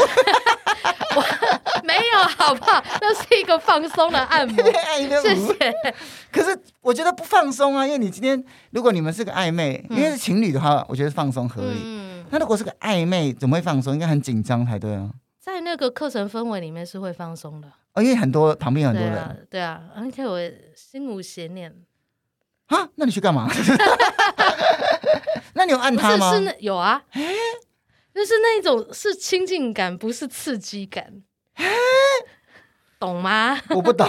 [SPEAKER 2] 没有好不好？那是一个放松的按摩，
[SPEAKER 3] 按一个
[SPEAKER 2] 谢
[SPEAKER 3] 呜。
[SPEAKER 2] 谢。
[SPEAKER 3] 可是我觉得不放松啊，因为你今天如果你们是个暧昧，因为是情侣的话，我觉得放松合理。
[SPEAKER 2] 嗯，
[SPEAKER 3] 那如果是个暧昧，怎么会放松？应该很紧张才对啊。
[SPEAKER 2] 在那个课程氛围里面是会放松的，
[SPEAKER 3] 哦，因为很多旁边有很
[SPEAKER 2] 对
[SPEAKER 3] 多人
[SPEAKER 2] 啊，对啊，而且我心无邪念，
[SPEAKER 3] 啊，那你去干嘛？那你有按
[SPEAKER 2] 不是
[SPEAKER 3] 他吗？
[SPEAKER 2] 是那有啊，就是那种是亲近感，不是刺激感，懂吗？
[SPEAKER 3] 我不懂。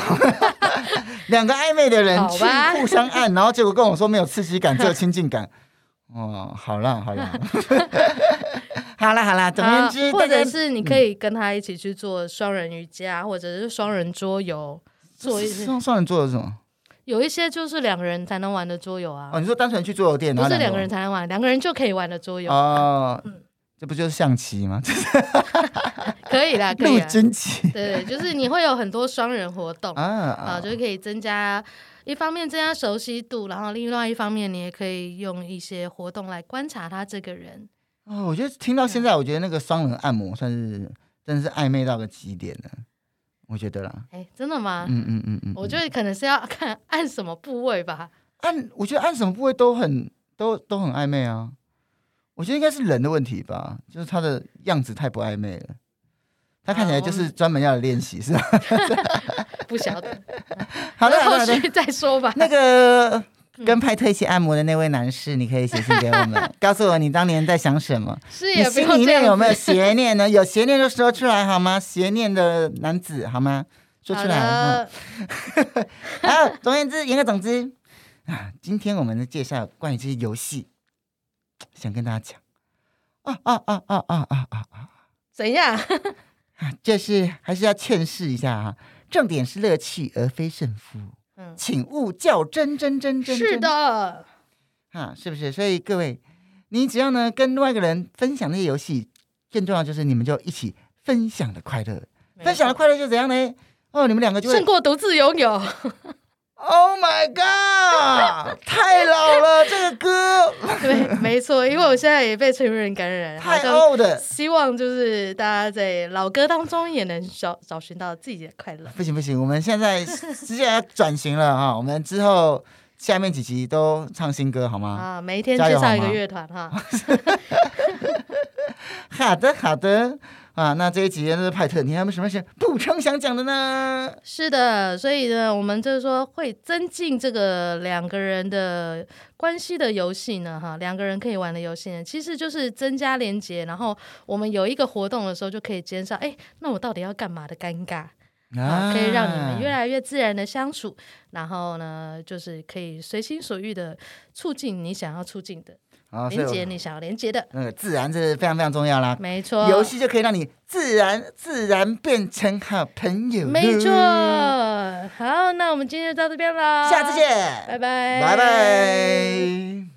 [SPEAKER 3] 两个暧昧的人
[SPEAKER 2] 好
[SPEAKER 3] 去
[SPEAKER 2] 吧
[SPEAKER 3] 互相按，然后结果跟我说没有刺激感，只有亲近感。哦，好啦，好啦，好啦，好啦，总而言之，
[SPEAKER 2] 啊或
[SPEAKER 3] 大
[SPEAKER 2] 者
[SPEAKER 3] 家嗯
[SPEAKER 2] 是你可以跟他一起去做双人瑜伽，或者是双人桌游，做一些
[SPEAKER 3] 双双人做的什么？
[SPEAKER 2] 有一些就是两个人才能玩的桌游啊，
[SPEAKER 3] 哦，你说单纯去桌游店，然
[SPEAKER 2] 不
[SPEAKER 3] 后
[SPEAKER 2] 是两个人才能玩，两个人就可以玩的桌游，
[SPEAKER 3] 哦，
[SPEAKER 2] 嗯
[SPEAKER 3] 这不就是象棋吗？这是
[SPEAKER 2] 可 以啦，可
[SPEAKER 3] 陆
[SPEAKER 2] 以啦。
[SPEAKER 3] 军 棋
[SPEAKER 2] 对，就是你会有很多双人活动
[SPEAKER 3] 啊
[SPEAKER 2] 啊，
[SPEAKER 3] 啊！
[SPEAKER 2] 就是可以增加一方面增加熟悉度，然后另外一方面你也可以用一些活动来观察他这个人。
[SPEAKER 3] 哦，我觉得听到现在，我觉得那个双人按摩算是真的是暧昧到个极点了，我觉得啦。
[SPEAKER 2] 哎，真的吗？
[SPEAKER 3] 嗯嗯嗯嗯，
[SPEAKER 2] 我
[SPEAKER 3] 嗯
[SPEAKER 2] 觉得可能是要看按什么部位吧。
[SPEAKER 3] 按，我觉得按什么部位都很都都很暧昧啊。我觉得应该是人的问题吧，就是他的样子太不暧昧了。他看起来
[SPEAKER 2] 啊
[SPEAKER 3] 就
[SPEAKER 2] 我
[SPEAKER 3] 是专门要来练习，是吧？
[SPEAKER 2] 不晓得，
[SPEAKER 3] 好的，好的，
[SPEAKER 2] 后
[SPEAKER 3] 好的。
[SPEAKER 2] 续再说吧。
[SPEAKER 3] 那 个
[SPEAKER 2] 嗯
[SPEAKER 3] 跟派特一起按摩的那位男士，你可以写信给我 们，告诉我你当年在想什么，
[SPEAKER 2] 是
[SPEAKER 3] 你
[SPEAKER 2] 也不
[SPEAKER 3] 心
[SPEAKER 2] 要
[SPEAKER 3] 里
[SPEAKER 2] 这
[SPEAKER 3] 面
[SPEAKER 2] 样
[SPEAKER 3] 有没有
[SPEAKER 2] 子
[SPEAKER 3] 邪念呢？有邪念就说出来好吗？邪念的男子好吗？说
[SPEAKER 2] 好
[SPEAKER 3] 出来。嗯
[SPEAKER 2] 的，
[SPEAKER 3] 好，总而言之，言而总之啊，今天我们的介绍关于这些游戏，想跟大家讲啊啊啊啊啊啊啊啊
[SPEAKER 2] 怎样？
[SPEAKER 3] 啊！这是还是要劝示一下啊，重点是乐趣而非胜负，
[SPEAKER 2] 嗯，
[SPEAKER 3] 请勿较真真真真
[SPEAKER 2] 是的，
[SPEAKER 3] 啊，是不是？所以各位，你只要呢跟另外一个人分享那些游戏，更重要就是你们就一起分享的快乐，分享的快乐就怎样呢？哦，你们两个就会
[SPEAKER 2] 胜过独自 拥有。
[SPEAKER 3] Oh my god！太老了，这个歌
[SPEAKER 2] 对，没错，因为我现在也被成人感染， 好
[SPEAKER 3] 太
[SPEAKER 2] 像
[SPEAKER 3] old 了。
[SPEAKER 2] 希望就是大家在老歌当中也能找找寻到自己的快乐。
[SPEAKER 3] 不行不行，我们现在直接要转型了哈，我 们之后下面几集都唱新歌好吗？
[SPEAKER 2] 啊，每一天
[SPEAKER 3] 加
[SPEAKER 2] 介
[SPEAKER 3] 油
[SPEAKER 2] 绍一
[SPEAKER 3] 好
[SPEAKER 2] 个
[SPEAKER 3] 吗
[SPEAKER 2] 乐团哈，
[SPEAKER 3] 好的好的啊，那这一集呢，派特，你还有没有什么事补充想讲的呢？
[SPEAKER 2] 是的，所以呢，我们就是说会增进这个两个人的关系的游戏呢，哈，两个人可以玩的游戏呢，其实就是增加连接，然后我们有一个活动的时候，就可以减少，哎，那我到底要干嘛的尴尬。啊，可以让你们越来越自然的相处，然后呢，就是可以随心所欲的促进你想要促进的，
[SPEAKER 3] 啊，所以
[SPEAKER 2] 连
[SPEAKER 3] 我
[SPEAKER 2] 接你想要连接的，
[SPEAKER 3] 那个自然这是非常非常重要啦。
[SPEAKER 2] 没错，
[SPEAKER 3] 游戏就可以让你自然自然变成好朋友，
[SPEAKER 2] 没错。，好，那我们今天就到这边啦，
[SPEAKER 3] 下次见，
[SPEAKER 2] 拜拜，
[SPEAKER 3] 拜拜